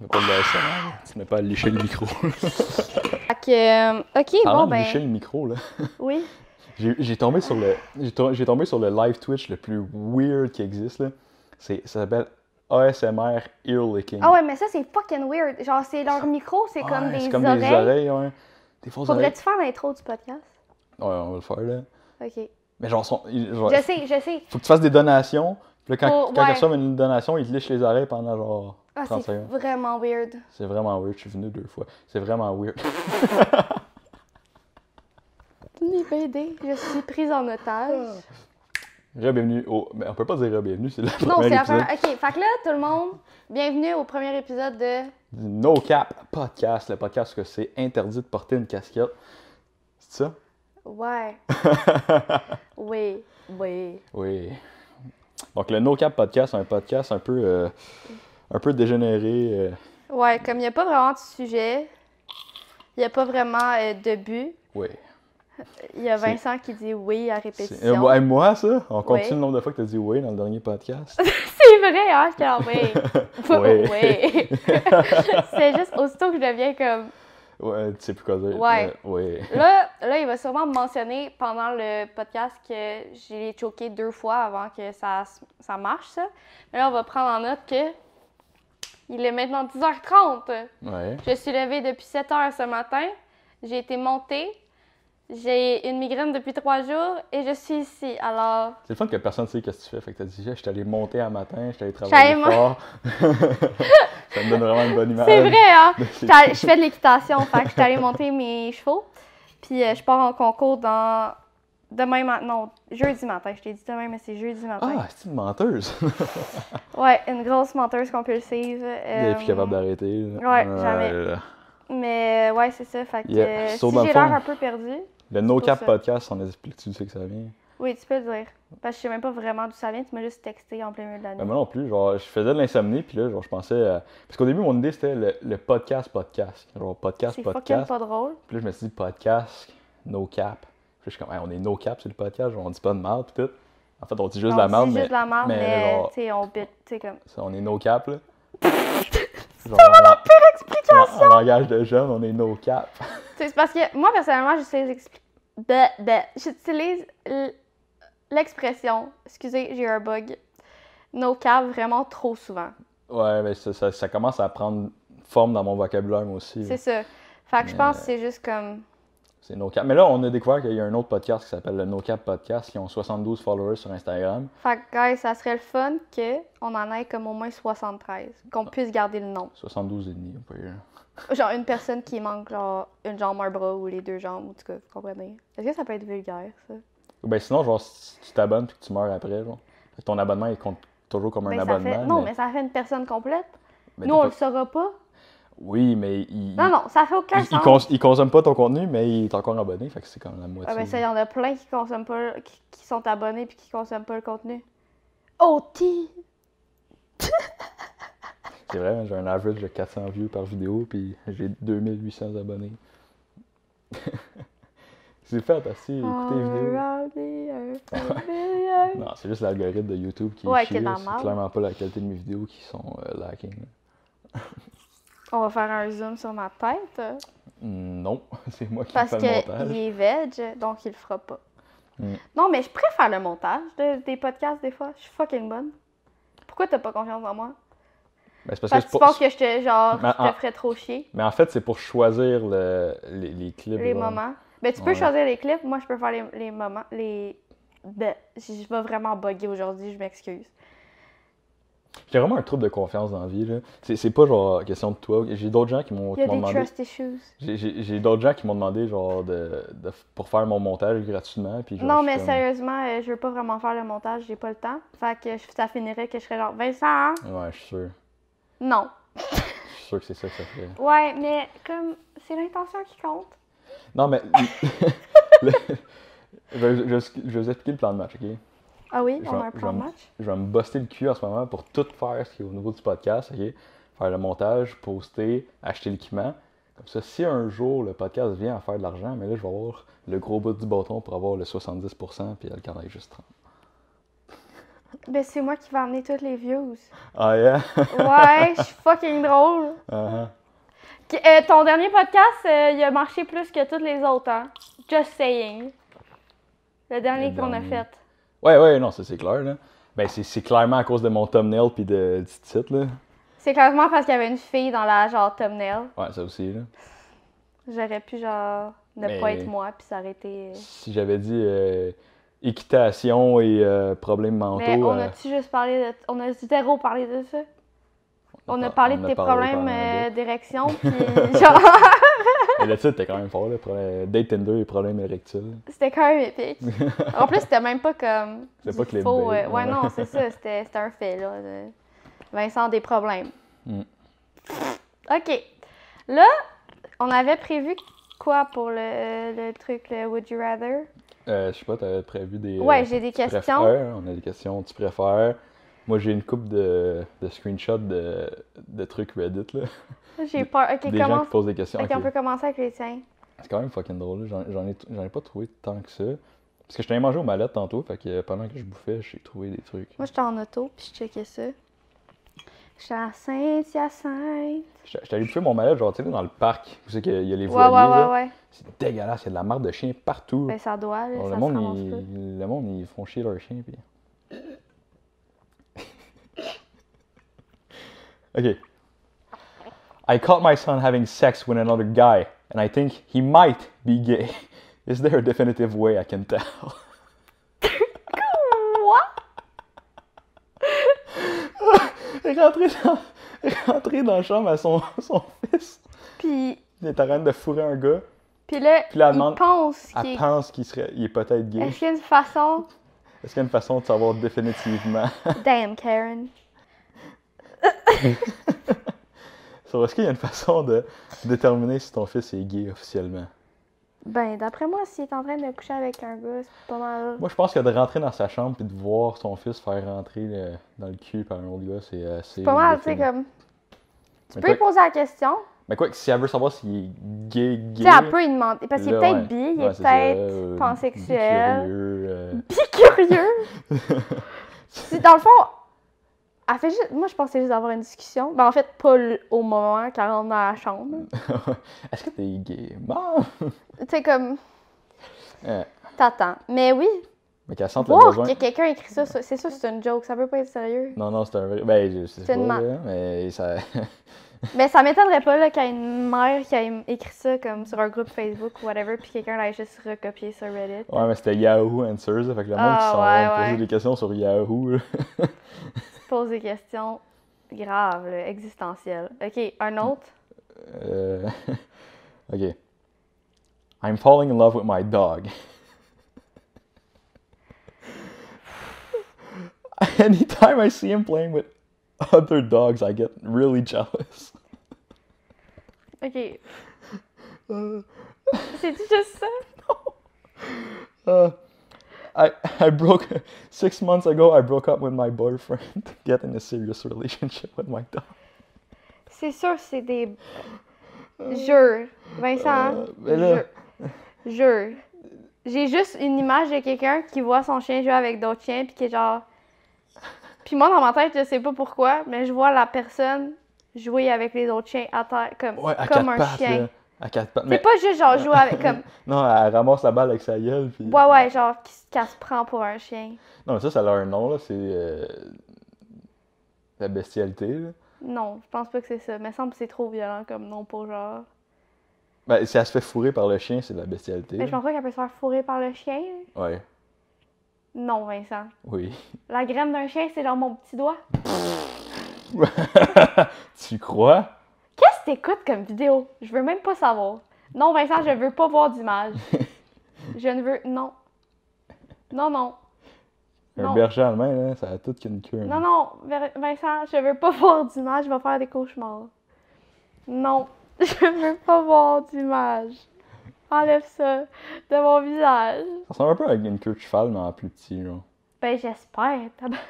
Mais pas le ASMR, là. Tu mets pas à lécher le micro. Fait que, euh, OK, Parlant bon, de ben. lécher le micro, là. Oui. J'ai j'ai tombé sur le j'ai to- j'ai tombé sur le live Twitch le plus weird qui existe là. C'est ça s'appelle ASMR ear licking. Ah ouais, mais ça, c'est fucking weird. Genre, c'est leur micro, c'est comme, Ouais, des, c'est comme oreilles. des oreilles, ouais. Des fausses oreilles. Faudrait-tu faire l'intro du podcast? Ouais, on va le faire là. OK. Mais genre, son- il- genre, Je sais, je sais. faut que tu fasses des donations. Puis là, quand, Oh, quand ouais. ils reçoivent une donation, ils te lichent les oreilles pendant genre Ah, 30 c'est secondes. vraiment weird. C'est vraiment weird, je suis venu deux fois. C'est vraiment weird. Ni BD, je suis prise en otage. Re-bienvenue au. Mais on peut pas dire re-bienvenue, c'est le non, premier c'est la épisode. première. OK, fait que là, tout le monde, bienvenue au premier épisode de... du No Cap Podcast, le podcast que c'est interdit de porter une casquette. C'est ça? Ouais. oui. Oui. Oui. Donc le No Cap Podcast, c'est un podcast un peu, euh, un peu dégénéré. euh, Ouais, comme il n'y a pas vraiment de sujet, il n'y a pas vraiment euh, de but, oui. il y a C'est- Vincent qui dit oui à C'est- répétition. Euh, ouais, moi, ça? On compte Oui. le nombre de fois que tu as dit oui dans le dernier podcast? C'est vrai, hein? J'étais en oui. Ouais. Oui. C'est juste aussitôt que je deviens comme. ouais, euh, tu sais plus quoi dire. Ouais. Euh, oui. Là, là, il va sûrement me mentionner pendant le podcast que j'ai choqué deux fois avant que ça, s- ça marche, ça. Mais là, on va prendre en note que. Il est maintenant 10h30. Ouais. Je suis levée depuis 7 heures ce matin. J'ai été montée. J'ai une migraine depuis trois jours et je suis ici. Alors, C'est le fun que personne ne sait qu'est-ce que tu fais. Fait que t'as dit, je suis allé monter un matin, je suis allé travailler J'allais mon- fort. ça me donne vraiment une bonne image. c'est vrai, hein? C'est- J'étais allée- Je fais de l'équitation, fait que je suis allée monter mes chevaux. Puis euh, je pars en concours dans. Demain matin. Non, jeudi matin. Je t'ai dit demain, mais c'est jeudi matin. Ah, c'est une menteuse! Ouais, une grosse menteuse compulsive. Elle euh, est plus capable d'arrêter. là. ouais, jamais. là, là. Mais euh, ouais, c'est ça. Fait que Yeah. euh, So, si dans le j'ai fond- l'air un peu perdue, Le No pour Cap ça. Podcast, on a expliqué tu sais que ça vient. oui, tu peux le dire. Parce que je sais même pas vraiment d'où ça vient. Tu m'as juste texté en plein milieu de la nuit. Ben, moi non plus, genre, je faisais de l'insomnie, puis là, genre, je pensais. à- Parce qu'au début, mon idée, c'était le, le podcast, podcast. Genre, podcast, c'est fucking podcast. pas drôle. Puis là, je me suis dit, podcast, no cap. Puis je suis comme, Hey, on est no cap sur le podcast, genre, on dit pas de merde, pis tout. En fait, on dit juste de la Non, on merde, dit mais. juste de la merde, mais mais, genre- tu sais, on bite, tu sais, comme. ça, On est no cap, là. C'est vraiment la pire explication! En, en langage de jeune, on est no cap. Tu sais, c'est parce que moi, personnellement, j'utilise, expli- Bleh, bleh. j'utilise l- l'expression, excusez, j'ai eu un bug, no cap vraiment trop souvent. Ouais, mais ça, ça- ça commence à prendre forme dans mon vocabulaire, moi aussi. là. C'est ça. Fait que Mais- je euh, pense que c'est juste comme. C'est No Cap. Mais là, on a découvert qu'il y a un autre podcast qui s'appelle le No Cap Podcast, qui ont 72 followers sur Instagram. Fait que, guys, ça serait le fun qu'on en ait comme au moins 73, qu'on puisse garder le nombre. 72 et demi, on peut dire. Genre, une personne qui manque, genre, une jambe, un bras ou les deux jambes, ou en tout cas, vous comprenez? Est-ce que ça peut être vulgaire, ça? Ou Ben sinon, genre, si tu t'abonnes puis que tu meurs après, genre, fait que ton abonnement, il compte toujours comme un Ben, ça abonnement. fait... Non, mais... ça fait une personne complète. mais Nous, t'es on pas- le saura pas. Oui, mais il... Non, non, ça fait il- aucun il sens. cons- il consomme pas ton contenu, mais il est encore abonné, fait que c'est comme la moitié. Ah ben ça, il y en a plein qui consomment pas, le- qui, qui sont abonnés puis qui consomment pas le contenu. OT! C'est vrai, hein, j'ai un average de 400 views par vidéo, puis j'ai 2800 abonnés. c'est fait, parce que Hmm, écoutez les vidéos. vidéos. Non, c'est juste l'algorithme de YouTube qui Ouais, est qui est chier, dans la C'est merde. clairement pas la qualité de mes vidéos qui sont euh, lacking. là. On va faire un zoom sur ma tête euh, Non, c'est moi qui parce fais le montage. qu'il est veg, donc il le fera pas. Mm. Non, mais je préfère le montage de- des podcasts des fois. Je suis fucking bonne. Pourquoi t'as pas confiance en moi? Ben, c'est Parce, parce que que c'est tu pour- penses que je te, genre, Mais je en- te ferais trop chier Mais en fait, c'est pour choisir le- les, les clips. les genre. moments. Ben, tu peux Ouais. choisir les clips. Moi, je peux faire les, les moments. Les... Ben, je je vais vraiment bugger aujourd'hui, je m'excuse. J'ai vraiment un trouble de confiance dans la vie. là. C'est c'est pas genre question de toi. J'ai d'autres gens qui m'ont Il qui y a m'ont des demandé. trust issues. J'ai- J'ai j'ai d'autres gens qui m'ont demandé genre de, de- pour faire mon montage gratuitement. Puis genre, non, je mais suis comme- sérieusement, euh, je veux pas vraiment faire le montage, j'ai pas le temps. Fait que je- ça finirait que je serais genre Vincent, hein? Ouais, je suis sûr. non. Je suis sûr que c'est ça que ça fait. Ouais, mais comme c'est l'intention qui compte. Non, mais. le- Je vais je vais- je vais vous expliquer le plan de match, ok? Ah oui, Je on vais- a un je plan de vais- match. je vais me buster le cul en ce moment pour tout faire ce qui est au niveau du podcast, ok? Faire le montage, poster, acheter l'équipement. Comme ça, si un jour le podcast vient à faire de l'argent, mais là, je vais avoir le gros bout du bâton pour avoir le 70%, puis elle est juste 30. Ben, c'est moi qui vais amener toutes les views. Ah yeah? Ouais, je suis fucking drôle. Uh-huh. Qu- euh, ton dernier podcast, euh, il a marché plus que tous les autres, hein? Just saying. Le dernier Le qu'on a dernier. fait. Ouais, ouais, non, ça c'est clair, là. Ben, c'est, c'est clairement à cause de mon thumbnail puis de, du titre, là. C'est clairement parce qu'il y avait une fille dans la genre thumbnail. Ouais, ça aussi, là. J'aurais pu genre ne Mais- pas être moi puis s'arrêter. Si j'avais dit euh, équitation et euh, problèmes mentaux. Mais on euh, a-tu juste parlé de. On a zéro parlé de ça? On a par- parlé on de a tes parlé problèmes pendant un euh, bout. d'érection puis genre. Mais le titre était quand même fort, là. problème- Date Tinder et problèmes érectiles. C'était quand même épique. En plus, c'était même pas comme. C'était du pas clickbait, faux, euh, Ouais, ouais. non, c'est ça. C'était c'était un fait, là. de Vincent a des problèmes. Mm. OK. Là, on avait prévu quoi pour le, euh, le truc, le Would You Rather? Euh, je sais pas, t'avais prévu des. euh, ouais, j'ai des tu préfères, questions. on a des questions, tu préfères. Moi, j'ai une coupe de, de screenshots de, de trucs Reddit, là. J'ai peur. OK, des gens commence. qui posent des questions. OK, on Ok. peut commencer avec les tiens. C'est quand même fucking drôle, là. j'en, j'en ai, j'en ai pas trouvé tant que ça. Parce que je t'avais mangé aux mallettes tantôt, fait que pendant que je bouffais, j'ai trouvé des trucs. Moi, j'étais en auto, puis je checkais ça. J'étais à Saint-Hyacinthe. J'étais j'étais allé bouffer mon mallette, genre, tu sais, là, dans le parc, où c'est qu'il y a- il y a les Ouais, ouais, voiliers, là. ouais, ouais. C'est dégueulasse, il y a de la marque de chien partout. Ben, ça doit, là, Genre, ça le, se monde, ramasse ils, pas. le monde, ils font chier leur chien, puis... OK. I caught my son having sex with another guy, and I think he might be gay. Is there a definitive way I can tell? What? rentrer dans, rentrer dans la chambre à son, son fils. Puis, Il est en train de fourrer un gars. puis là, Puis là, elle il demande- pense qu'il Elle est pense qu'il serait, il est peut-être gay. Est-ce qu'il y a une façon? Est-ce qu'il y a une façon de savoir définitivement? Damn, Karen. Sur est-ce qu'il y a une façon de déterminer si ton fils est gay officiellement? Ben, d'après moi, s'il est en train de coucher avec un gars, c'est pas mal. Moi, je pense que de rentrer dans sa chambre et de voir son fils faire rentrer le- dans le cul par un autre gars, c'est assez. C'est pas mal, tu sais, défini. comme. Tu Mais peux lui quoi- poser la question. Mais quoi, que si elle veut savoir s'il est gay, gay. Tu sais, elle peut lui demander. Parce qu'il est là, ouais. peut-être bi, il Ouais, est c'est ça, peut-être euh, pansexuel. curieux, euh, Puis curieux. Si, dans le fond, elle fait juste. Moi, je pensais juste avoir une discussion. Ben, en fait, pas l- au moment qu'elle rentre dans la chambre. Est-ce que t'es gay? Bah! Bon! Tu sais, comme. Ouais. T'attends. Mais oui, Mais qu'elle sente le voir besoin. que quelqu'un écrit ça, c'est sûr, c'est une joke. Ça peut pas être sérieux. Non, non, c'est un vrai. Ben, je sais C'est pas, une ma- là, mais ça. Mais ça m'étonnerait pas là, qu'il y ait une mère qui ait écrit ça comme sur un groupe Facebook ou whatever, puis quelqu'un l'a juste recopié sur Reddit. Ouais, mais c'était Yahoo Answers, là, fait que le monde Ah, qui s'en ouais, va ouais. poser des questions sur Yahoo. là. Pose des questions graves, là, existentielles. Ok, un autre. Euh... ok. I'm falling in love with my dog. Anytime I see him playing with other dogs, I get really jealous. Ok, Uh, c'est juste ça? uh, I I broke six months ago. I broke up with my boyfriend to get in a serious relationship with my dog. C'est sûr, c'est des. Jure. Vincent. Euh, mais là- Jure. Jure. J'ai juste une image de quelqu'un qui voit son chien jouer avec d'autres chiens, puis qui est genre. Puis moi, dans ma tête, je sais pas pourquoi, mais je vois la personne jouer avec les autres chiens à terre, comme, Ouais, à comme quatre un pattes. chien. là. À quatre pattes. C'est Mais pas juste genre jouer avec comme. non, elle ramasse la balle avec sa gueule. Puis... Ouais, ouais, genre qui, se- qu'elle se prend pour un chien. Non, mais ça, ça a un nom, là. C'est euh, la bestialité, là. Non, je pense pas que c'est ça. Mais semble que c'est trop violent comme nom pour genre. Ben, si elle se fait fourrer par le chien, c'est de la bestialité. Mais je là. pense pas qu'elle peut se faire fourrer par le chien. là. Ouais, Non, Vincent. oui. La graine d'un chien, c'est genre mon petit doigt. tu crois? Qu'est-ce que t'écoutes comme vidéo? Je veux même pas savoir. Non, Vincent, je veux pas voir d'image. je ne veux. Non. Non, non. Un Non. berger allemand, là, ça a tout qu'une queue. Non, hein. non. Ver- Vincent, je veux pas voir d'image. Je vais faire des cauchemars. Non. Je veux pas voir d'image. Enlève ça de mon visage. Ça ressemble un peu à une queue de cheval, mais en plus petit, genre. Ben, j'espère. tabarnak.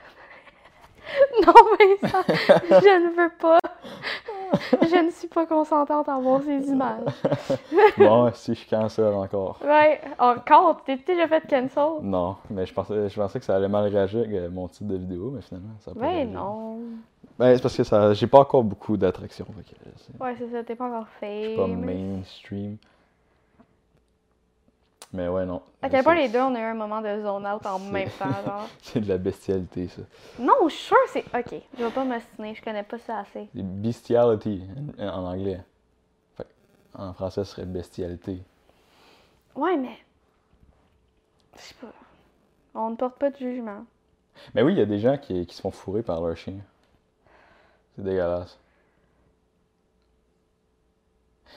non, Vincent, je ne veux pas. je ne suis pas consentante à voir ces images. Bon, si je cancelle encore. Ouais, encore, t'es déjà fait cancel. Non, mais je pensais, je pensais que ça allait mal réagir avec euh, mon titre de vidéo, mais finalement, ça a pas Ben réagi. non. Ben, c'est parce que ça, j'ai pas encore beaucoup d'attractions. fait que c'est- Ouais, c'est ça, t'es pas encore Je fait. suis pas mainstream. Mais ouais, non. À quel point C'est- les deux, on a eu un moment de zone out en C'est- même temps, genre. C'est de la bestialité, ça. Non, je suis sûre que c'est. Ok, je vais pas m'ostiner, je connais pas ça assez. C'est bestiality en, en anglais. Fait que en français, ce serait bestialité. Ouais, mais. Je sais pas. On ne porte pas de jugement. Mais oui, il y a des gens qui, qui se font fourrer par leur chien. C'est dégueulasse.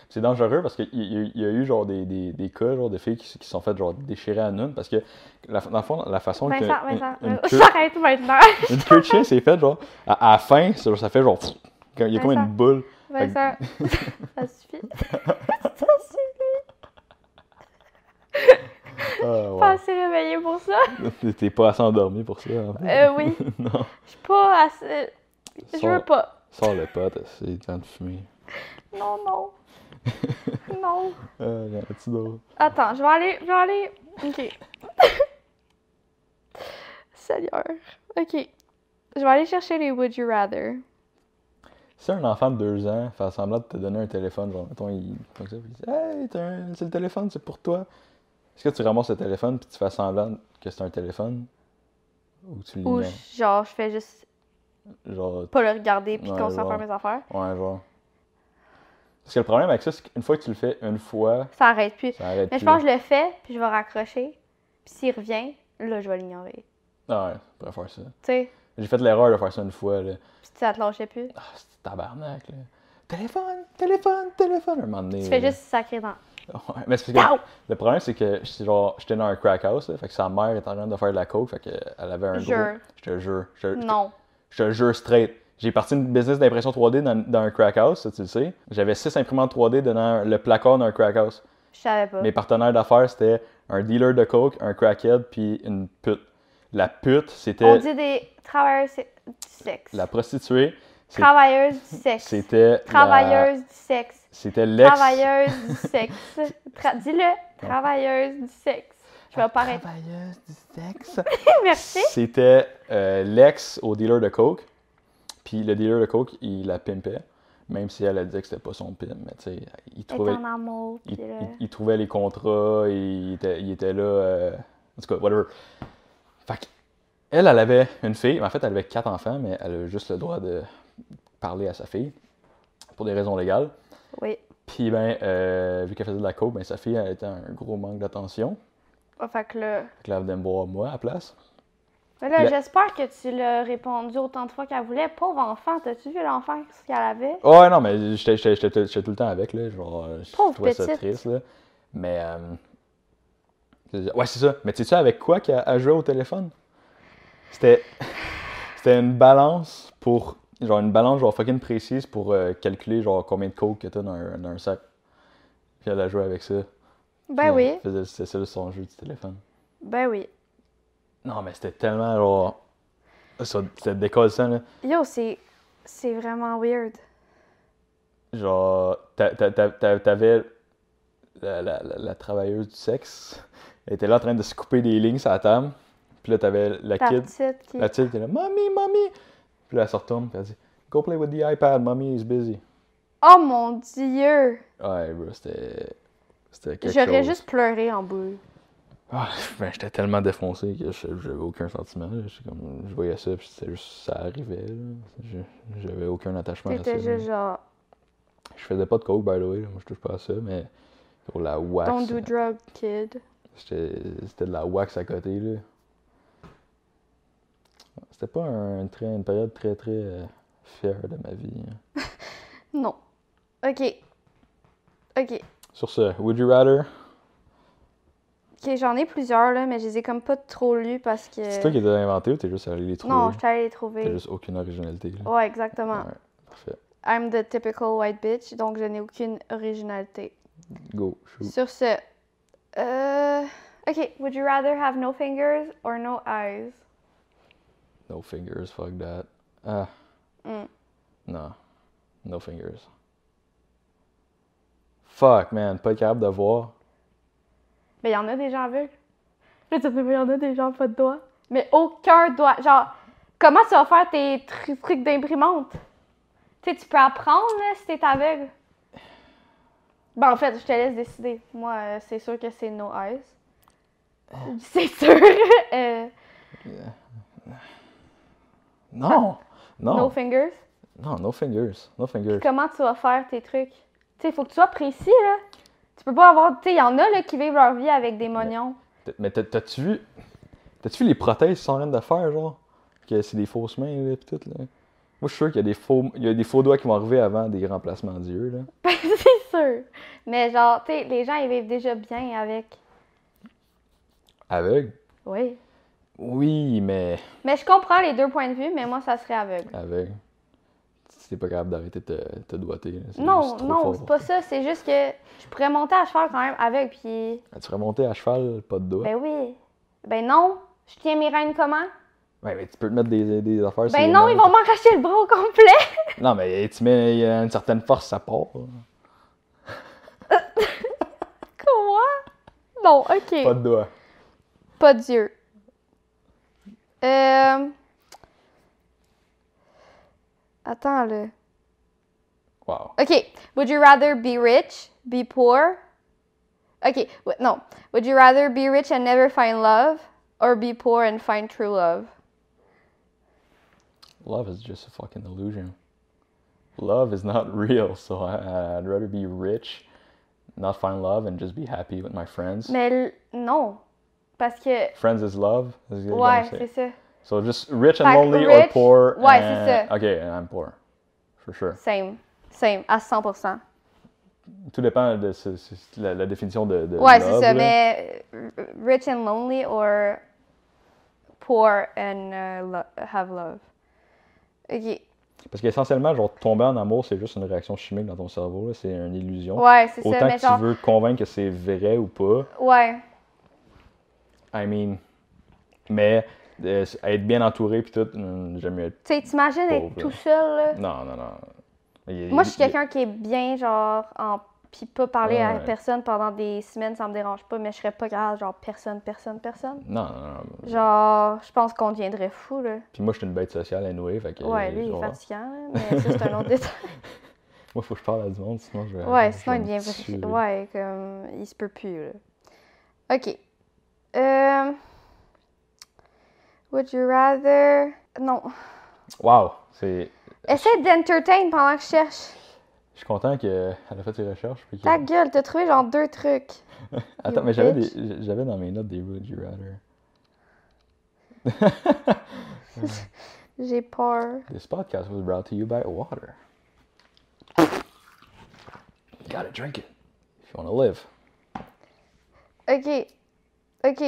C'est dangereux parce qu'il y, a eu- il y a eu genre des, des, des cas genre, de filles qui, se- qui se sont faites genre déchirer à noun parce que la, dans le fond, la façon que Vincent, Vincent, une, une Vincent, queue- j'arrête maintenant. une queue de chien s'est faite genre à, à la fin, ça, ça fait genre pfff, comme- il y a comme Vincent. une boule. Vincent, ça suffit. Ah, wow. Pas assez réveillée pour ça. T'es pas assez endormi pour ça. en fait. Euh, oui. non. Je suis pas assez. Je veux Sors, pas. sors le pote, c'est le temps de fumer. Non, non. Non. Ah, là, tu dors. Attends, je vais aller. Je vais aller. Ok. Seigneur. Ok. Je vais aller chercher les Would You Rather. Si un enfant de deux ans fait semblant de te donner un téléphone, genre, mettons, il, comme ça, puis il dit Hey, t'as un- c'est le téléphone, c'est pour toi. Est-ce que tu ramasses le téléphone puis tu fais semblant que c'est un téléphone Ou tu Ou l'ignores genre, je fais juste Genre, pas le regarder puis Ouais, qu'on s'en genre. fait mes affaires. ouais, genre. Parce que le problème avec ça, c'est qu'une fois que tu le fais une fois, Ça arrête plus. ça arrête Mais plus. je pense que je le fais, puis je vais raccrocher. Puis s'il revient, là, je vais l'ignorer. Ah ouais, je pourrais faire ça. Tu sais, J'ai fait l'erreur de faire ça une fois, là. puis ça te lâchait plus. Ah, c'est tabarnak, là. Téléphone, téléphone, téléphone, un moment donné. Tu fais là. juste sacrer dans. Ouais, mais c'est parce que Pow! le problème, c'est que c'est genre, j'étais dans un crack house, là, fait que sa mère était en train de faire de la coke, fait qu'elle avait un Jure. gros. Je te jure. Je, je- Non. Je te jure straight. J'ai parti une business d'impression 3D dans, dans un crack house, ça, tu le sais. J'avais six imprimantes 3D dans le placard d'un crack house. Je savais pas. Mes partenaires d'affaires, c'était un dealer de coke, un crackhead, puis une pute. La pute, On c'était dit des travailleurs se- du sexe. la prostituée. c'est- Travailleuse du sexe. C'était la- Travailleuse du sexe. C'était l'ex. Travailleuse du sexe. Tra- Dis-le. Travailleuse du sexe. Je vais pas Ah. arrêter. Travailleuse du sexe. Merci. C'était euh, l'ex au dealer de coke. Puis le dealer de coke, il la pimpait. Même si elle a dit que c'était pas son pimp. Mais tu sais, il Elle est trouvait, en amour, il, puis là. il- il trouvait les contrats. Il était, il était là. euh, en tout cas, whatever. Fait que, elle, elle avait une fille. En fait, elle avait quatre enfants, mais elle avait juste le droit de parler à sa fille. Pour des raisons légales. Oui. Puis, ben, euh, vu qu'elle faisait de la coke, ben, sa fille, elle était un gros manque d'attention. Ah, Fait que là. Fait qu'elle venait me voir, moi, à la place. Mais là, La- j'espère que tu l'as répondu autant de fois qu'elle voulait. Pauvre enfant, t'as-tu vu l'enfant ce qu'elle avait? Oh, ouais, non, mais j'étais- j'étais j'étais tout j'étais tout le temps avec, là. Genre, euh, je Pauvre trouvais ça petite. triste, là. Mais. euh, c'est- ouais, c'est ça. Mais tu sais, avec quoi qu'elle elle jouait au téléphone C'était. C'était une balance pour. Genre, une balance, genre, fucking précise pour euh, calculer, genre, combien de coke que t'as dans, un- dans un sac. Puis elle a joué avec ça. Ben Puis oui, elle faisait- C'était ça, son jeu du téléphone. ben oui. Non, mais c'était tellement, genre. Ça, c'était décollissant, là. Yo, c'est. C'est vraiment weird. genre, t'a- t'a- t'a- t'a- t'avais la, la, la, la travailleuse du sexe, elle était là en train de se couper des lignes sur la table, puis là, t'avais la Ta kid, petite qui. la petite était là, Mommy, Mommy! Puis là, elle se retourne, puis elle dit, Go play with the iPad, Mommy is busy. Oh mon dieu! Ouais, bro, c'était. C'était quelque J'aurais chose. juste pleuré en boule. Ah, ben, j'étais tellement défoncé que je- j'avais aucun sentiment. là. J'étais comme, je voyais ça, puis c'était juste, ça arrivait. là. Je- J'avais aucun attachement à ça. C'était là. juste genre. Je faisais pas de coke, by the way, là. moi, je touche pas à ça, mais. Pour la wax. Don't do drug, kid. C'était c'était de la wax à côté, là. C'était pas un, très, une période très, très euh, fière de ma vie. hein. Non. Ok. Ok. Sur ce, Would You Euh, Rather? Ok, j'en ai plusieurs là, mais je les ai comme pas trop lus parce que. C'est toi qui les as inventés ou t'es juste allé les trouver? Non, je suis allée les T'as trouver. juste aucune originalité, là. Ouais, exactement. Ouais, parfait. I'm the typical white bitch, donc je n'ai aucune originalité. Go, shoot. Sur ce. Euh. Ok, would you rather have no fingers or no eyes? No fingers, fuck that. Ah, Mm. non. No fingers. Fuck, man, pas capable de voir. Mais il y en a des gens aveugles. Là, tu te dis, mais il y en a des gens pas de doigts. Mais aucun doigt. Genre, comment tu vas faire tes tru- trucs d'imprimante? Tu sais, tu peux apprendre là, si t'es aveugle. Ben, en fait, je te laisse décider. Moi, euh, c'est sûr que c'est no eyes. C'est sûr. Euh, Non! Non! Ah. No fingers. non, no fingers. No fingers. Comment tu vas faire tes trucs? Tu sais, faut que tu sois précis, là. Tu peux pas avoir. Tu sais, il y en a là, qui vivent leur vie avec des mognons. T- Mais t'as- t'as-tu vu... T'as-tu vu les prothèses qu'ils sont en train de faire, genre? Que c'est des fausses mains, là, pis tout, là. Moi, je suis sûr qu'il y a des faux... Il y a des faux doigts qui vont arriver avant des remplacements d'yeux, là. Ben, c'est sûr. Mais genre, tu sais, les gens, ils vivent déjà bien avec. Aveugle? Oui. Oui, mais... Mais je comprends les deux points de vue, mais moi, ça serait aveugle. Aveugle. Si t'es pas capable d'arrêter de te, te doigter, là, c'est Non, juste trop non, fort. c'est pas ça. C'est juste que je pourrais monter à cheval quand même aveugle, puis. Tu serais monté à cheval, pas de doigts. Ben oui. Ben non. Je tiens mes rênes comment? Ouais, mais tu peux te mettre des, des affaires sur les Ben non, mains. ils vont m'arracher le bras au complet. Non, mais tu mets euh, une certaine force, ça part. là. Quoi? Non, ok. Pas de doigts. Pas Dieu. Euh. Attends, là. Wow. OK. Would you rather be rich, be poor? OK. Wait, no. Would you rather be rich and never find love or be poor and find true love? Love is just a fucking illusion. Love is not real, so I, I'd rather be rich, not find love, and just be happy with my friends. Mais l- non. Parce que. Friends is love. Is what Ouais, I'm saying. c'est ça. So just rich and Fait que lonely or rich- poor. ouais, and- c'est ça. Okay, and I'm poor. For sure. Same. Same. À 100%. Tout dépend de ce- ce- la, la définition de, de Ouais, c'est love. là. ça. Mais euh, rich and lonely or poor and uh, lo- have love. OK. Parce qu'essentiellement, genre, tomber en amour, c'est juste une réaction chimique dans ton cerveau. là. C'est une illusion. Ouais, c'est ça. Autant Mais que genre. tu veux convaincre que c'est vrai ou pas, Ouais. I mean, mais euh, être bien entouré puis tout, hum, j'aime mieux être. Tu sais, t'imagines être Pauvre. tout seul, là? Non, non, non. Il- Moi, je suis il- quelqu'un qui est bien, genre, en... puis pas parler à Ouais. personne pendant des semaines, ça me dérange pas, mais je serais pas capable, genre, personne, personne, personne. Non, non, non. Genre, je pense qu'on deviendrait fou, là. Puis moi, je suis une bête sociale anyway, fait que. ouais, lui, il est genre, fatigant, là, mais ça, c'est un autre détail. Moi, faut que je parle à du monde, sinon je vais. Ouais, je sinon, vais il me devient tuer. vrai- Ouais, comme, il se peut plus, là. OK. Euh... Would you rather... Non. Wow, c'est. Essaie d'entertain pendant que je cherche. Je suis content qu'elle a fait ses recherches. Puis que- Ta gueule, t'as trouvé, genre, deux trucs. Attends, you mais j'avais, bitch. des... j'avais dans mes notes des Would You Rather. J'ai peur. This podcast was brought to you by water. You gotta drink it if you wanna live. OK. OK.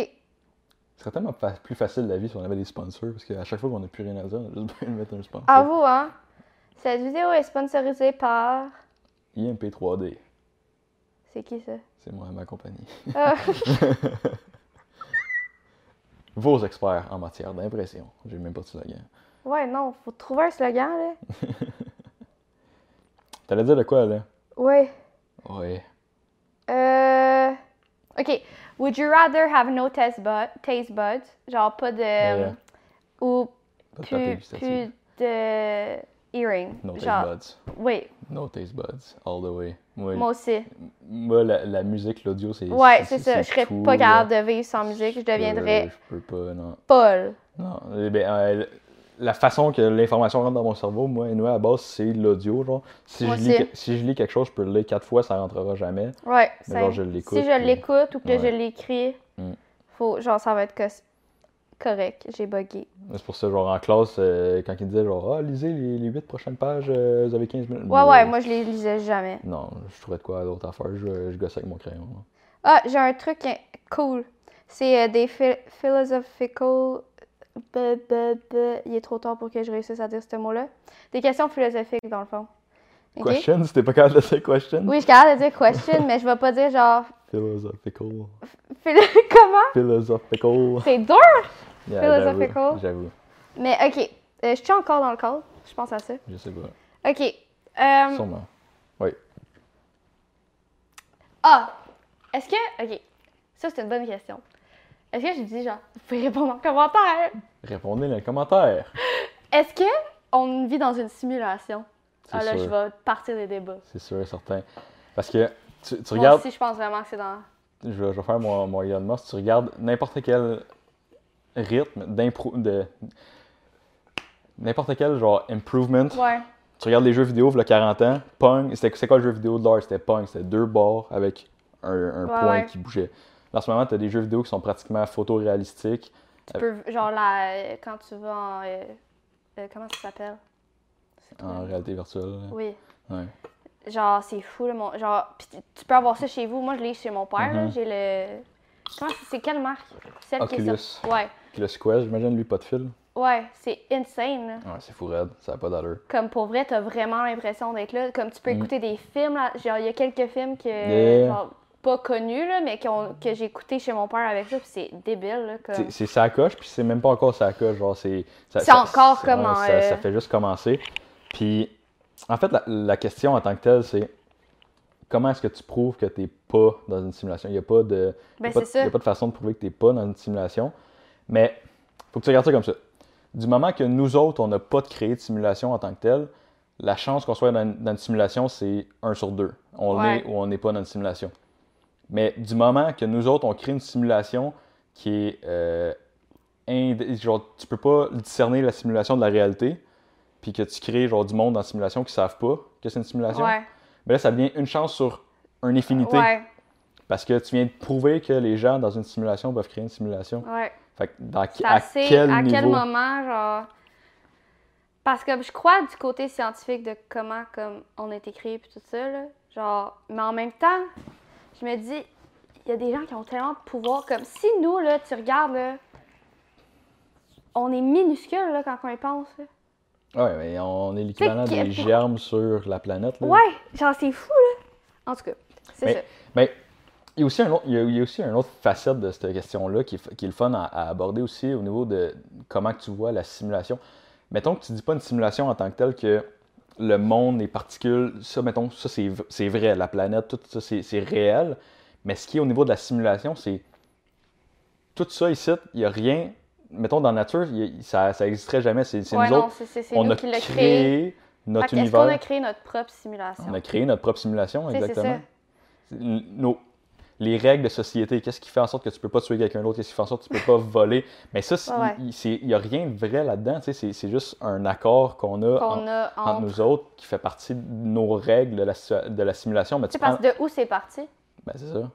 Ce serait tellement fa- plus facile la vie si on avait des sponsors, parce qu'à chaque fois qu'on n'a plus rien à dire, on a juste besoin de mettre un sponsor. À vous, hein? Cette vidéo est sponsorisée par. IMP3D, C'est qui ça? c'est moi et ma compagnie. Ah. Vos experts en matière d'impression. J'ai même pas de slogan. Ouais, non, faut trouver un slogan, là. T'allais dire de quoi, là? Ouais. Ouais. Euh. OK. Would you rather have no taste, bud, taste buds? Genre pas de. Ben Ouais. Ou Pas de papier plus, gustatif. plus de. Earring. No taste genre. buds. Oui, No taste buds. All the way. Moi, moi aussi. moi, la, la musique, l'audio, c'est. Ouais, c'est ça. Je serais tout, euh, pas là. capable de vivre sans musique. Je peux- deviendrais Je peux pas, non. Paul. Non, eh ben, euh, la façon que l'information rentre dans mon cerveau, moi, anyway, à la base, c'est l'audio. Genre, si, Moi je lis, aussi. que- si je lis quelque chose, je peux le lire quatre fois, ça rentrera jamais. Ouais, Mais ben genre, same. je l'écoute, Si je puis- l'écoute ou que je Ouais. l'écris, Mm. faut, genre, ça va être cos- correct. J'ai bugué. C'est pour ça, genre, en classe, euh, quand ils disaient, genre, ah, lisez les, les 8 prochaines pages, euh, vous avez 15 minutes. Ouais, ouais, moi, je les lisais jamais. Non, je trouvais de quoi d'autre à faire, je, je gossais avec mon crayon. là. Ah, j'ai un truc in- cool. C'est euh, des phil- philosophical. Bah, bah, bah. Il est trop tard pour que je réussisse à dire ce mot-là. Des questions philosophiques, dans le fond. Ok? Question, c'était pas capable de dire question? Oui, je suis capable de dire question, mais je vais pas dire genre. Philosophical. phil- Comment? Philosophical. C'est dur! Yeah, Philosophical. j'avoue, J'avoue, Mais ok, Euh, je suis encore dans le code. Je pense à ça. je sais pas. OK. Euh, Sûrement. Ah! Est-ce que. Ok. Ça, c'est une bonne question. Est-ce que je dis, genre, vous pouvez répondre en commentaire? Répondez dans les commentaires. Est-ce que on vit dans une simulation? C'est Ah là, je sûr. vais partir des débats. C'est sûr et certain. Parce que tu, tu Moi regardes. aussi, je pense vraiment que c'est dans. je, vais- je vais faire mon, mon Elon Musk. Tu regardes n'importe quel rythme d'impro. de. N'importe quel genre improvement. Ouais. Tu regardes les jeux vidéo, il y a 40 ans, Pong, c'était c'est quoi le jeu vidéo de l'heure C'était Pong, c'était deux bords avec un, un Ouais, point ouais. qui bougeait. Là, en ce moment, tu as des jeux vidéo qui sont pratiquement photoréalistiques. Tu peux. Genre, là, euh, quand tu vas en. euh, euh, comment ça s'appelle? C'est quoi? En réalité virtuelle. Oui. Ouais. Genre, c'est fou, là. Mon... Genre, pis tu- tu peux avoir ça chez vous. Moi, je l'ai chez mon père, là. Mhm. J'ai le. Comment c'est- c'est quelle marque? Celle qui Oculus. est sortie. Ouais. Puis le Quest, j'imagine, lui, pas de fil. Ouais, c'est insane, là. Ouais, c'est fou raide, ça n'a pas d'allure. Comme pour vrai, t'as vraiment l'impression d'être là. Comme tu peux Mhm. écouter des films, là. Genre, il y a quelques films que. Yeah. genre, pas connus, là, mais qui ont- que j'ai écouté chez mon père avec ça, pis c'est débile, là. Comme... C'est- C'est sa coche, puis c'est même pas encore sa coche. Genre, c'est. ça- euh, C'est ça- encore ça- comme ouais, en, ça, euh, ça fait juste commencer. Puis, en fait, la, la question en tant que telle, c'est comment est-ce que tu prouves que t'es pas dans une simulation Il n'y a pas de. Ben, Il c'est ça. n'y a pas de façon de prouver que tu n'es pas dans une simulation. Mais faut que tu regardes ça comme ça. Du moment que nous autres, on n'a pas de créé de simulation en tant que telle, la chance qu'on soit dans une, dans une simulation, c'est 1 sur 2. On Ouais. est ou on n'est pas dans une simulation. Mais du moment que nous autres, on crée une simulation qui est. euh, ind- genre, tu peux pas discerner la simulation de la réalité, puis que tu crées genre, du monde dans la simulation qui ne savent pas que c'est une simulation. Ouais. Mais là, ça devient une chance sur une infinité. Ouais, Parce que tu viens de prouver que les gens dans une simulation peuvent créer une simulation. ouais. Fait que dans C'est à assez- quel à niveau quel moment, genre. Parce que je crois du côté scientifique de comment comme on est écrit puis tout ça, là. Genre, mais en même temps, je me dis, il y a des gens qui ont tellement de pouvoir. Comme si nous, là, tu regardes, là, on est minuscule, là, quand on y pense. là. Ouais, mais on est l'équivalent Fait que- des germes sur la planète. Là. Ouais, genre, c'est fou, là. En tout cas, c'est Mm. Mais- ça. Mais il y a aussi un autre, il y a, il y a aussi une autre facette de cette question-là qui, est f- qui est le fun à, à aborder aussi au niveau de comment que tu vois la simulation. Mettons que tu dis pas une simulation en tant que telle que le monde, les particules, ça, mettons, ça c'est v- c'est vrai, la planète, tout ça c'est c'est réel. Mais ce qui est au niveau de la simulation, c'est tout ça ici, il n'y a rien. Mettons, dans la nature, il y a- ça n'existerait jamais. C'est c'est Ouais, nous non, autres. c'est- c'est c'est On nous a qui l'a créé, créé. Fait notre que Est-ce univers. qu'on a créé notre propre simulation? On a créé notre propre simulation, Tu sais, c'est exactement. Nos- les règles de société, qu'est-ce qui fait en sorte que tu peux pas tuer quelqu'un d'autre, qu'est-ce qui fait en sorte que tu peux pas voler. Mais ça, c'est- Ouais, ouais. il- c'est- il n'y a rien de vrai là-dedans. tu sais, C'est c'est juste un accord qu'on a, Qu'on en- a entre en. Tu nous autres qui fait partie de nos règles de la, situa- de la simulation. Mais tu sais, prends- parce de où c'est parti? Ben, c'est ça.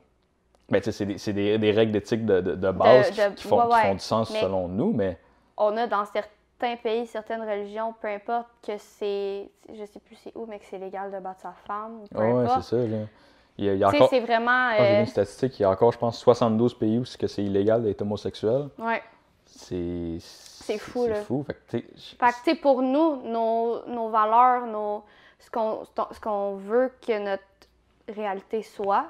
Ben, tu sais, c'est des, c'est des- des règles d'éthique de, de- de base qui- de- qui, font, ouais, qui ouais. font du sens Mais- selon nous, mais on a dans certains pays, certaines religions, peu importe que c'est, je sais plus c'est où, mais que c'est légal de battre sa femme, ou peu ouais, c'est importe. ça. là. Il y a, il y a Tu sais, encore, c'est vraiment. je pense que j'ai vu euh, une statistique, il y a encore, je pense, 72 pays où c'est que c'est illégal d'être homosexuel. ouais. C'est c'est fou, là. C'est fou. Fait que, tu sais, Fait que, tu sais, pour nous, nos, nos valeurs, nos, ce, qu'on, ce qu'on- ce qu'on veut que notre réalité soit,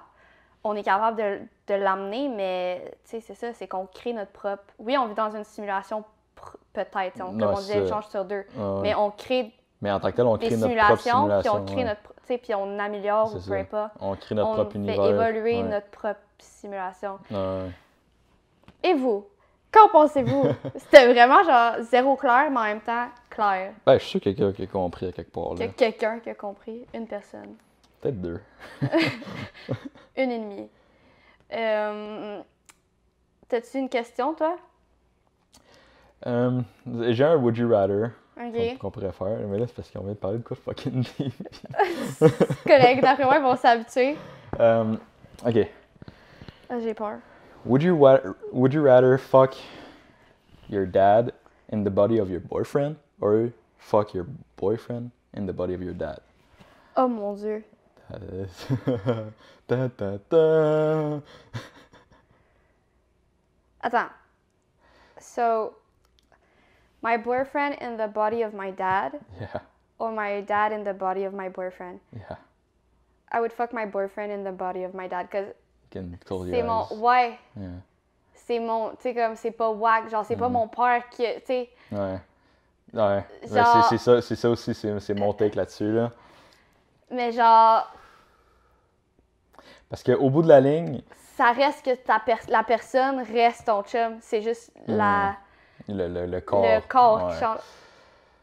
on est capable de, de l'amener, mais tu sais, c'est ça, c'est qu'on crée notre propre. Oui, on vit dans une simulation, pr- peut-être, on- comme Ouais, on disait, c'est- une change sur deux, euh, mais on crée mais en tant que tel, on des crée notre simulations, propre simulation. puis on crée ouais. notre. pro- Tu sais, puis on améliore, C'est ou ça. peu importe. On crée notre on propre fait univers. évoluer ouais. notre propre simulation. Ouais. Et vous? Qu'en pensez-vous? C'était vraiment genre zéro clair, mais en même temps clair. Ben, je suis sûr qu'il y a quelqu'un qui a compris à quelque part. Il y là. a quelqu'un qui a compris, une personne, Peut-être deux. une et demie. Euh, T'as-tu une question, toi? Euh, J'ai un Would You Rather Ok. qu'on- qu'on pourrait faire, mais là, c'est parce qu'on vient de parler de quoi de fucking deep. C'est correct, d'après moi, ils vont s'habituer. Euh, ok. Ah, J'ai peur. Would you, wa- would you rather fuck your dad in the body of your boyfriend or fuck your boyfriend in the body of your dad? Oh mon dieu. Euh, ta, ta, ta. Attends. So, my boyfriend in the body of my dad, Yeah, or my dad in the body of my boyfriend? yeah. I would fuck my boyfriend in the body of my dad, because Can close your c'est mon... eyes. Ouais. Yeah. c'est mon, tu sais, comme, c'est pas whack, genre, c'est pas Mm. mon père qui, a- tu sais, Ouais. Ouais. Ben, Genre- c'est- c'est ça, c'est ça aussi, c'est c'est mon take là-dessus. Là. Mais genre, Parce qu'au bout de la ligne, ça reste que ta per- la personne reste ton chum. C'est juste la, le, le- le Mm. corps. le corps ouais. qui change.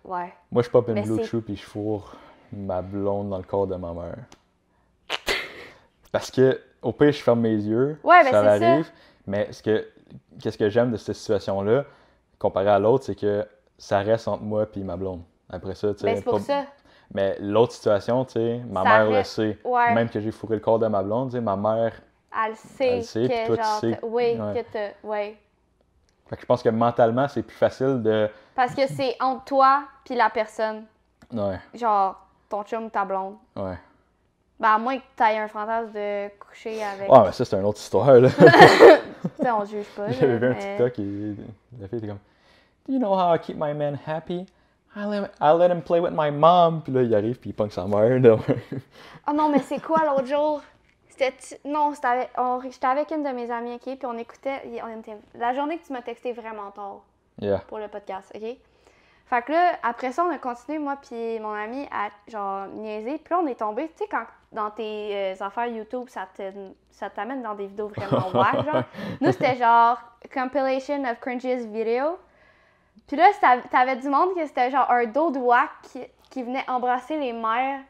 Ouais. Moi, je pop une Mais blue c'est- chew puis je fourre ma blonde dans le corps de ma mère. Parce que, au pire, je ferme mes yeux. Ouais, ben, ça c'est ça. arrive. Mais ce que, qu'est-ce que j'aime de cette situation-là, comparé à l'autre, c'est que ça reste entre moi puis ma blonde. Après ça, tu sais. Ben, c'est pour pas- ça. Mais l'autre situation, tu sais, ma Ça mère le reste- sait. Ouais. Même que j'ai fourré le corps de ma blonde, tu sais, ma mère. Elle sait, Elle sait, puis que toi, tu genre. sais. t'as- Oui, Ouais. que t'as- Ouais. Fait que je pense que mentalement, c'est plus facile de. Parce que c'est entre toi puis la personne. Ouais, Genre, ton chum ou ta blonde. ouais. Ben, à moins que t'ailles un fantasme de coucher avec. Ah, mais ça, c'est une autre histoire, là. Tu sais, on juge pas. J'avais là, vu un mais- TikTok et la fille était comme Do you know how I keep my man happy? I let, I let him play with my mom. Puis là, il arrive puis il punk sa mère. là. Oh non, mais c'est quoi l'autre jour? C'était. Non, c'était avec- on- j'étais avec une de mes amies, OK? Puis on écoutait. on était- La journée que tu m'as texté vraiment tard yeah. pour le podcast, OK? Fait que là, après ça, on a continué, moi puis mon ami, à genre niaiser. Puis là, on est tombé, tu sais, quand dans tes euh, affaires YouTube, ça te- ça t'amène dans des vidéos vraiment wack, genre. Nous, c'était genre compilation of cringiest video. Puis là, c'était- t'avais du monde que c'était genre un dos de wack qui, qui venait embrasser les mères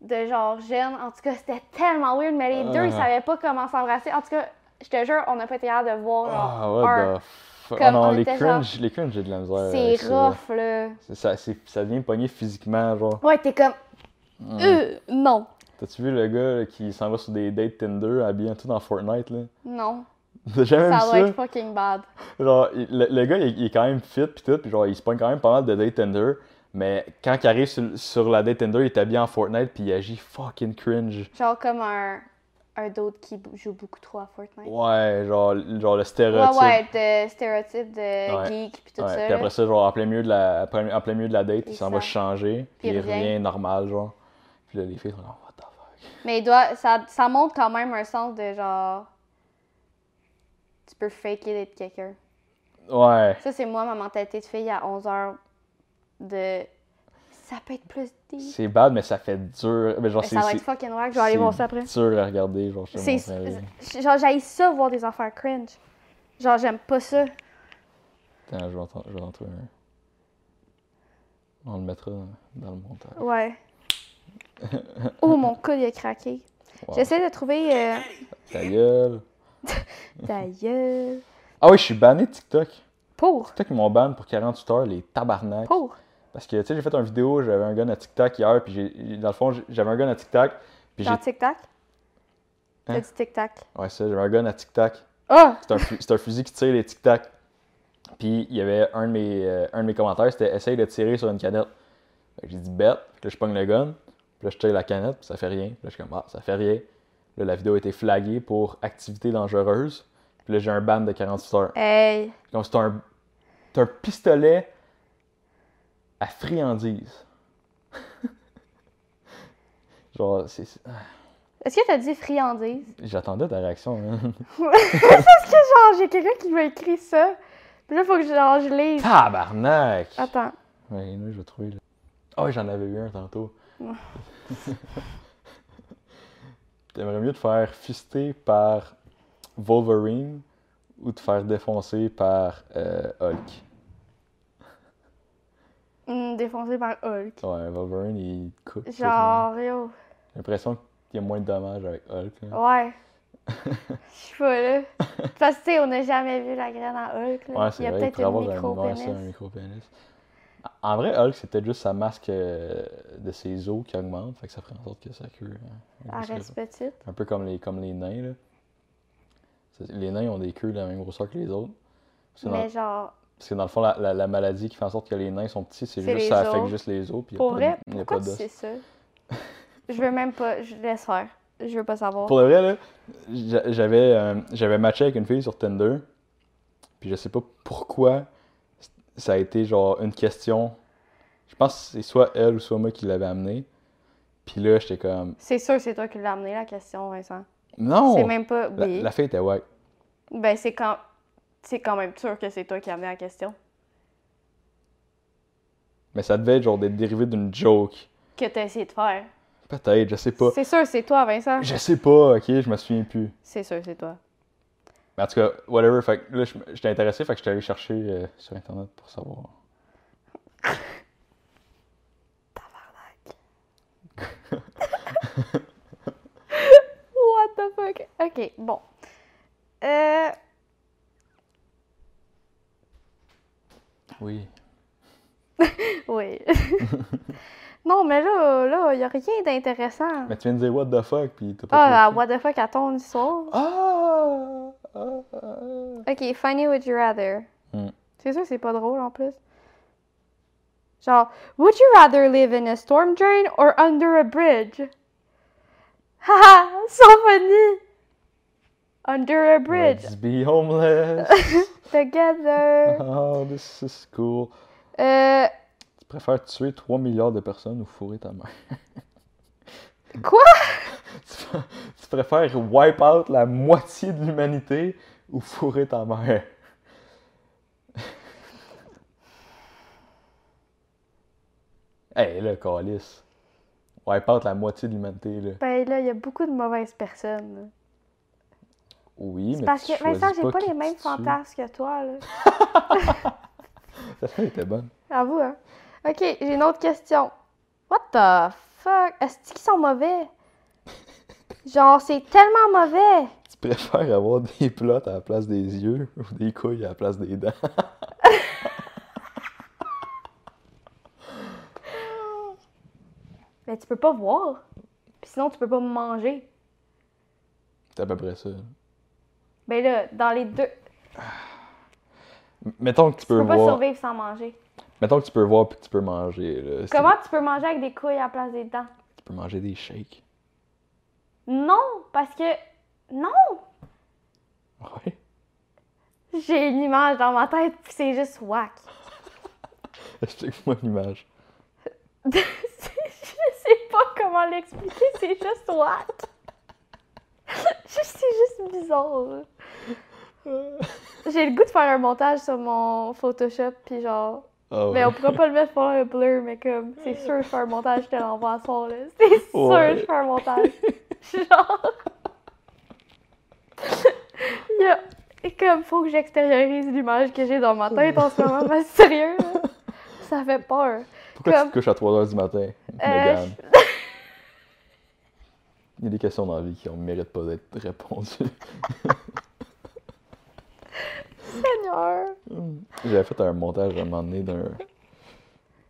de genre jeunes. En tout cas, c'était tellement weird, mais les deux, ils Ah. savaient pas comment s'embrasser. En tout cas, je te jure, on n'a pas été capable de voir. genre, Ah, what un. the fuck. Ah Comme non, on les était cringe, les cringe, j'ai de la misère. avec C'est ça. rough, là. C'est- Ça, c'est- ça devient pogné physiquement, genre. Ouais, t'es comme. Euh, non. T'as-tu vu le gars là, qui s'en va sur des dates Tinder habillé en tout dans Fortnite, là? Non. T'as jamais vu Ça va ça? être fucking bad. Genre, il- le, le gars, il, est- il est quand même fit pis tout, pis genre, il se pogne quand même pas mal de date Tinder, mais quand il arrive sur, sur la date Tinder, il est habillé en Fortnite pis il agit fucking cringe. Genre comme un. Un d'autre qui b- joue beaucoup trop à Fortnite. Ouais, genre, genre le Ouais, stéréotype. ouais, de stéréotypes de Ouais. geek puis tout Ouais, ça. pis là. après ça, genre, en plein milieu de la, après- en plein milieu de la date, il, Il s'en va sort. changer, pis Puis il il revient. revient normal, genre. Pis là, les filles sont comme, what the fuck. Mais il doit, ça, ça montre quand même un sens de genre. Tu peux faker d'être quelqu'un. Ouais. Ça, c'est moi, ma mentalité de fille à 11 h de. Ça peut être plus deep. C'est bad, mais ça fait dur. Mais genre, Mais c'est. ça va être c'est- fucking wack, je vais aller c'est voir ça après. dur à regarder, genre, je te C'est. montrerai. c'est- Genre, j'aille ça voir des affaires cringe. Genre, j'aime pas ça. Attends, je vais en tr- je vais en trouver un. On le mettra dans le montage. Ouais. oh, mon coude, il a craqué. Wow. J'essaie de trouver. euh, Ta gueule. D'ailleurs. Ah oui, je suis banné de TikTok. Pour. TikTok, ils m'ont ban pour 48 heures, les tabarnak. Pour. Parce que, tu sais, j'ai fait une vidéo, j'avais un gun à TikTok hier, puis j'ai- dans le fond, j'ai- j'avais un gun à TikTok, puis Dans j'ai... Tic-Tac. T'as Hein? dit Tic-Tac. Ouais, ça, j'avais un gun à TikTok. Ah! C'est un, fu- c'est un fusil qui tire les tic-tac. Puis il y avait un de mes, euh, un de mes commentaires, c'était essaye de tirer sur une canette. Fait que J'ai dit bête, Fait que là je pogne le gun, puis là je tire la canette, puis ça fait rien. Puis là je suis comme ah, ça fait rien. Là la vidéo a été flaguée pour activité dangereuse. Puis là j'ai un ban de 48 heures. Hey! Comme c'est un, c'est un pistolet à friandise. Genre, c'est- c'est- Est-ce que t'as dit friandise? j'attendais ta réaction. Hein. Est-ce que genre j'ai quelqu'un qui m'a écrit ça? Puis là, faut que genre, je lise. Tabarnak! Attends. Ouais, là, je vais trouver. là. Ah, ouais, j'en avais eu un tantôt. Ouais. T'aimerais mieux te faire fister par Wolverine ou te faire défoncer par euh, Hulk? Hmm, défoncé par Hulk. Ouais, Wolverine, il te coupe. tout, là. Genre, yo. J'ai l'impression qu'il y a moins de dommages avec Hulk. hein. là. Ouais. Je suis pas là. Parce que, tu sais, on n'a jamais vu la graine à Hulk. Là. Ouais, c'est il y a vrai, il peut-être pourrait une avoir un, micro ouais, c'est un micro-pénis. En vrai, Hulk, c'est peut-être juste sa masque euh, de ses os qui augmente, fait que ça ferait en sorte que sa queue. hein, Elle grossisse reste petite. Un peu comme les, comme les nains, là. C'est- Les nains ont des queues de la même grosseur que les autres. Parce que dans, Mais genre, parce que dans le fond, la, la- la maladie qui fait en sorte que les nains sont petits, c'est C'est juste les ça affecte os. juste les os. Puis y a pour pas de- vrai, y a pourquoi pas tu d'os. sais ça? Je veux même pas. Je laisse faire. Je veux pas savoir. Pour le vrai, là, j'a- j'avais, euh, j'avais matché avec une fille sur Tinder. Puis je sais pas pourquoi c- ça a été genre une question. Je pense que c'est soit elle ou soit moi qui l'avait amené. Puis là, j'étais comme. C'est sûr, c'est toi qui l'as amené la question, Vincent. Non! C'est même pas. La, Oui. la fille était wack. Ben, c'est quand. C'est quand même sûr que c'est toi qui as amené la question. Mais ça devait être genre des dérivés d'une joke. Que t'as essayé de faire. Peut-être, je sais pas. C'est sûr, c'est toi, Vincent. Je sais pas, ok, je me souviens plus. C'est sûr, c'est toi. Mais en tout cas, whatever. Fait que là, je- j'étais intéressé, fait que j'étais allé chercher euh, sur Internet pour savoir. What the fuck? Ok, bon. Euh, Oui. oui. non, mais là, là, il n'y a rien d'intéressant. Mais tu viens de dire what the fuck, puis t'as Ah, la pas. trouvé. what the fuck à ton histoire. Ah! Ah! ah, Ok, funny would you rather. Hmm. C'est sûr, c'est pas drôle en plus. Genre, would you rather live in a storm drain or under a bridge? Haha, so funny! Under a bridge, Let's be homeless. together. oh, this is cool. Euh, Tu préfères tuer 3 milliards de personnes ou fourrer ta mère? Quoi? tu, pr- tu préfères wipe out la moitié de l'humanité ou fourrer ta mère? hey, là, calice. Wipe out la moitié de l'humanité, là. ben là, il y a beaucoup de mauvaises personnes. là. Oui, C'est mais parce tu que, Vincent, choisis j'ai pas qui les tu mêmes tues. fantasmes que toi, là. Celle-là était bonne. Avoue, hein. Ok, j'ai une autre question. What the fuck? Est-ce qu'ils sont mauvais? Genre, c'est tellement mauvais! Tu préfères avoir des plottes à la place des yeux ou des couilles à la place des dents? Mais tu peux pas voir. Puis sinon, tu peux pas manger. C'est à peu près ça. Ben là, dans les deux, M- Mettons que tu tu peux peux pas voir. survivre sans manger. Mettons que tu peux voir puis que tu peux manger. Là. C'est- Comment tu peux manger avec des couilles à la place des dents? Tu peux manger des shakes. Non, parce que. Non! Ouais. J'ai une image dans ma tête, puis c'est juste whack. Explique-moi l'image. C'est- je sais pas comment l'expliquer, c'est juste whack. Je- c'est juste bizarre. Ah J'ai le goût de faire un montage sur mon Photoshop, puis genre. Ah ouais. Mais on pourra pas le mettre pour un blur, mais comme, c'est sûr, je fais un montage, je te l'envoie à soir, là. C'est sûr, Ouais. je fais un montage. Genre. Il y a- et Comme, faut que j'extériorise l'image que j'ai dans ma tête en ce moment, mais sérieux, là, ça fait peur. Pourquoi comme- Euh, tu te couches à 3 h du matin, Mégane? Il y a des questions dans la vie qui ne méritent pas d'être répondues. Seigneur! J'avais fait un montage à un moment donné d'un,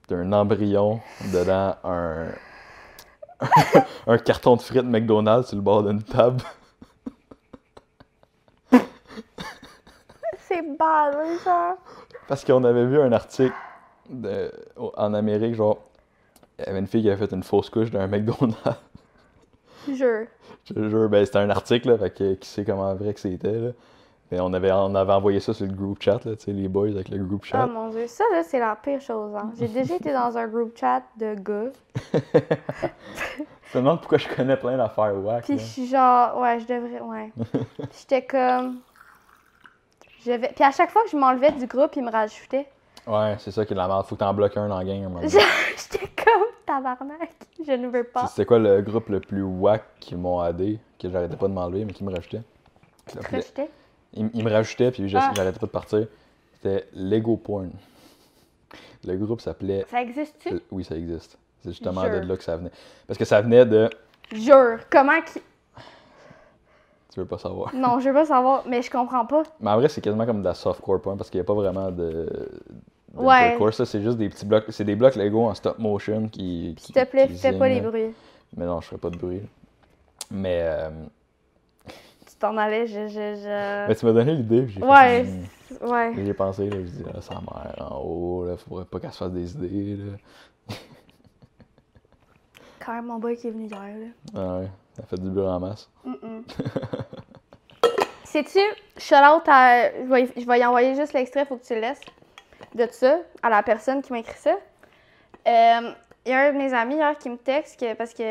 d'un embryon dedans un, un carton de frites McDonald's sur le bord d'une table. C'est bad, hein, ça! Parce qu'on avait vu un article de- au- en Amérique, genre, il y avait une fille qui avait fait une fausse couche d'un McDonald's. Jure. Je te jure, ben, c'était un article, là, fait que qui sait comment vrai que c'était, là. Mais on avait, on avait envoyé ça sur le group chat, là, tu sais, les boys avec le group Ah chat. mon dieu, ça là, c'est la pire chose, hein. J'ai déjà été dans un group chat de gars, Tu te demandes pourquoi je connais plein d'affaires whack, Puis là. je suis genre, ouais, je devrais, ouais. J'étais comme. Je vais... Puis à chaque fois que je m'enlevais du groupe, ils me rajoutaient. Ouais, c'est ça qui est de la merde. Faut que t'en bloques un dans la game. à un moment donné. J'étais comme tabarnak, je ne veux C'est- pas. C'était quoi le groupe le plus whack qui m'ont adé, que j'arrêtais pas de m'enlever, mais qui me rajoutait? Puis Après, j'étais. Ils ils me rajoutaient, puis je- Ah. j'arrêtais pas de partir. C'était Lego Porn. Le groupe s'appelait... Ça existe-tu? Oui, ça existe. C'est justement de Jure. là que ça venait. Parce que ça venait de... Jure. Comment qui. Tu veux pas savoir. Non, je veux pas savoir, mais je comprends pas. Mais en vrai, c'est quasiment comme de la softcore point parce qu'il n'y a pas vraiment de. de Ouais. parkour, ça, c'est juste des petits blocs. C'est des blocs Lego en stop motion qui. S'il te plaît, qui fais pas les zignent. bruits. Mais non, je ferai pas de bruit. Mais, euh, Tu t'en allais, je. je, je... mais tu m'as donné l'idée. puis j'ai fait, Ouais, hmm. c'est- ouais. Et J'ai pensé, là, je dis, ah, sa mère en haut, là, faudrait pas qu'elle se fasse des idées, là. Quand même, mon boy qui est venu hier, là. Ah ouais, elle fait du bruit en masse. Sais-tu, shout-out à... Je vais, y- je vais y envoyer juste l'extrait, faut que tu le laisses, de ça, à la personne qui m'a écrit ça. Euh, Il y a un de mes amis hier qui me texte, que- parce que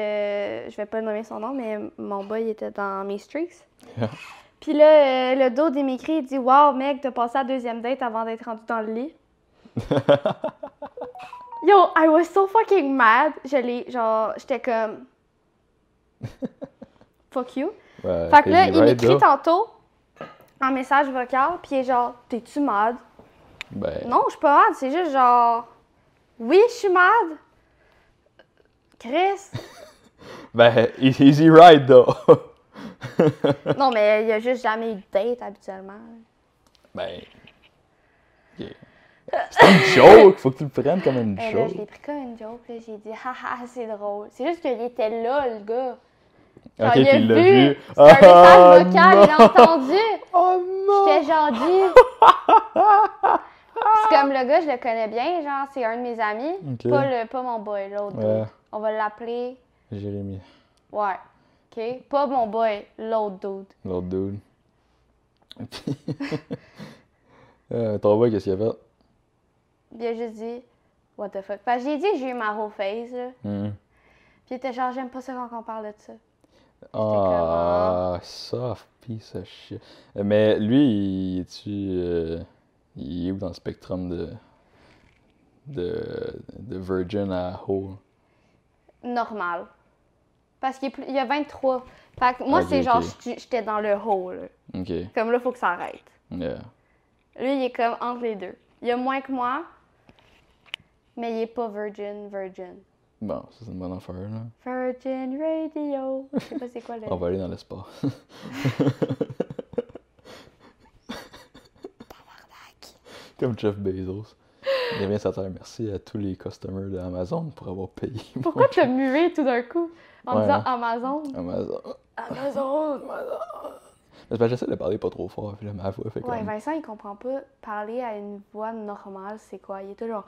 je vais pas le nommer son nom, mais mon boy il était dans mes streaks. Yeah. Puis là, euh, le dos d'émigré, il dit « Wow, mec, t'as passé la deuxième date avant d'être rendu dans le lit. » Yo, I was so fucking mad. Je l'ai, genre, j'étais comme... Fuck you. Ouais, Fait que là, Heavy il Ride, m'écrit Euh, là. tantôt en message vocal, puis il est genre, t'es-tu malade? Ben, Non, je suis pas malade, c'est juste genre, oui, je suis malade. Chris. ben, easy ride, though. non, mais il a juste jamais eu de date habituellement. ben. ok. C'est une joke, faut que tu le prennes comme une Et là, je l'ai joke. pris comme une joke, là, j'ai dit, haha, c'est drôle. C'est juste qu'il était là, le gars. Genre, Ok, il a puis il l'a vu. vu. Ah, C'est un message vocal, il a non! entendu. Oh non! J'étais genre dit. c'est comme le gars, je le connais bien, genre, c'est un de mes amis. Ok. Pas, le, pas mon boy, l'autre. Ouais. dude. On va l'appeler. Jérémy, Ouais. OK? Pas mon boy, l'autre dude. l'autre dude. Puis. euh, ton boy, qu'est-ce qu'il a fait? Il a juste dit, What the fuck. Parce que j'ai dit, que j'ai eu ma whole face, là. Hmm. Puis il était genre, j'aime pas ça quand on parle de ça. Ah, soft piece of shit. Mais lui, il est-tu. euh, il est où dans le spectrum de. de, de virgin à hoe? Normal. Parce qu'il est plus- il y a 23. Fait que moi, Ok, c'est genre, ok. j'étais- j'étais dans le hole. là. Ok. Comme là, faut que ça arrête. Yeah. Lui, il est comme entre les deux. Il a moins que moi, mais il est pas virgin, virgin. Bon, ça c'est une bonne affaire, là. Virgin Radio. Je sais pas c'est quoi le. On va aller dans l'espace. Comme Jeff Bezos. Eh bien, ça terre, merci à tous les customers d'Amazon pour avoir payé mon Pourquoi tu as mué tout d'un coup en Ouais, disant hein. Amazon? Amazon. Amazon! C'est parce que j'essaie de parler pas trop fort, puis là, ma voix fait comme... Ouais, Vincent, il comprend pas parler à une voix normale, c'est quoi? Il est toujours.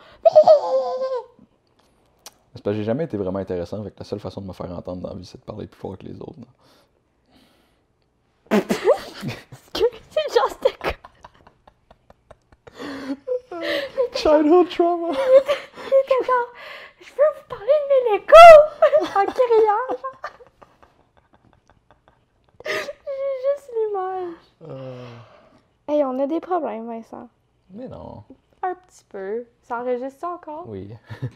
C'est parce que j'ai jamais été vraiment intéressant, fait que la seule façon de me faire entendre dans la vie, c'est de parler plus fort que les autres. là. C'est genre, c'était quoi? Childhood trauma! C'était genre, je veux vous parler de mes Legos! en criant, genre. J'ai juste l'image. Hey, on a des problèmes, Vincent. Mais non, Un petit peu. Ça enregistre ça encore? oui.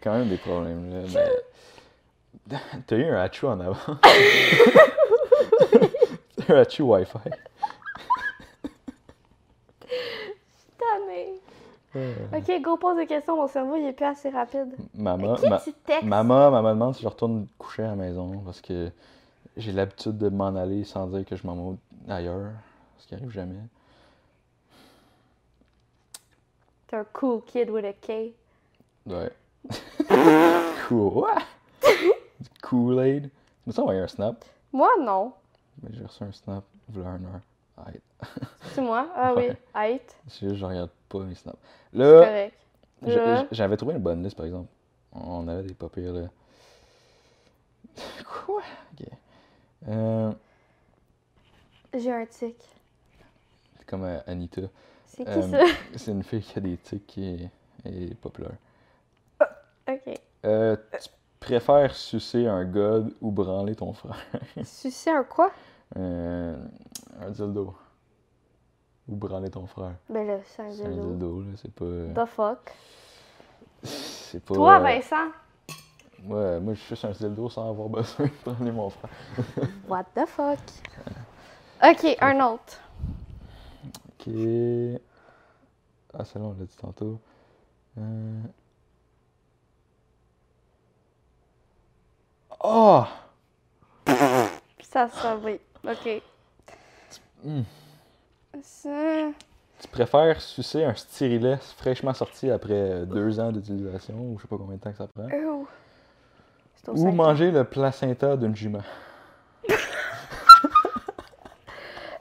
Quand même des problèmes, là, mais... T'as eu un hachou en avant. T'as eu un hachou Wi-Fi. Tanné. Euh, Ok, go, pose des questions. Mon cerveau, il est plus assez rapide. Maman, Qui ma- tu textes? maman, maman demande si je retourne coucher à la maison, parce que j'ai l'habitude de m'en aller sans dire que je m'en vais ailleurs, ce qui arrive jamais. T'es un cool kid with a K. Ouais. Quoi? Du Kool-Aid? Tu m'as envoyé un snap? Moi, non. Mais j'ai reçu un snap, voilà un heure. Arrête. C'est moi? Ah oui. Ouais. Euh, Hate. C'est juste, je regarde pas mes snaps. C'est Là, correct. je- Là. je- j'avais trouvé une bonne liste, par exemple. On avait des pas pires, là. Quoi? Ok. Euh, J'ai un tic. c'est comme euh, Anita. C'est qui Euh, c'est une fille qui a des tics qui est, est populaire. ça? Ok. Euh, tu préfères sucer un god ou branler ton frère? Sucer un quoi? Euh, un dildo. Ou branler ton frère. Ben là, c'est un C'est un dildo. dildo, là, c'est pas. euh, The fuck. C'est pas. Toi, ben. euh, Vincent? Ouais, moi, je suis juste un dildo sans avoir besoin de branler mon frère. What the fuck? Ok, un autre. Ok. Ah, celle-là, on l'a dit tantôt. Euh... Oh! Ça, ça, oui. Ok. Hmm. Ça. Tu préfères sucer un stérilet fraîchement sorti après deux ans d'utilisation, ou je sais pas combien de temps que ça prend, Ew. C'est au ou cinq. manger le placenta d'une jument?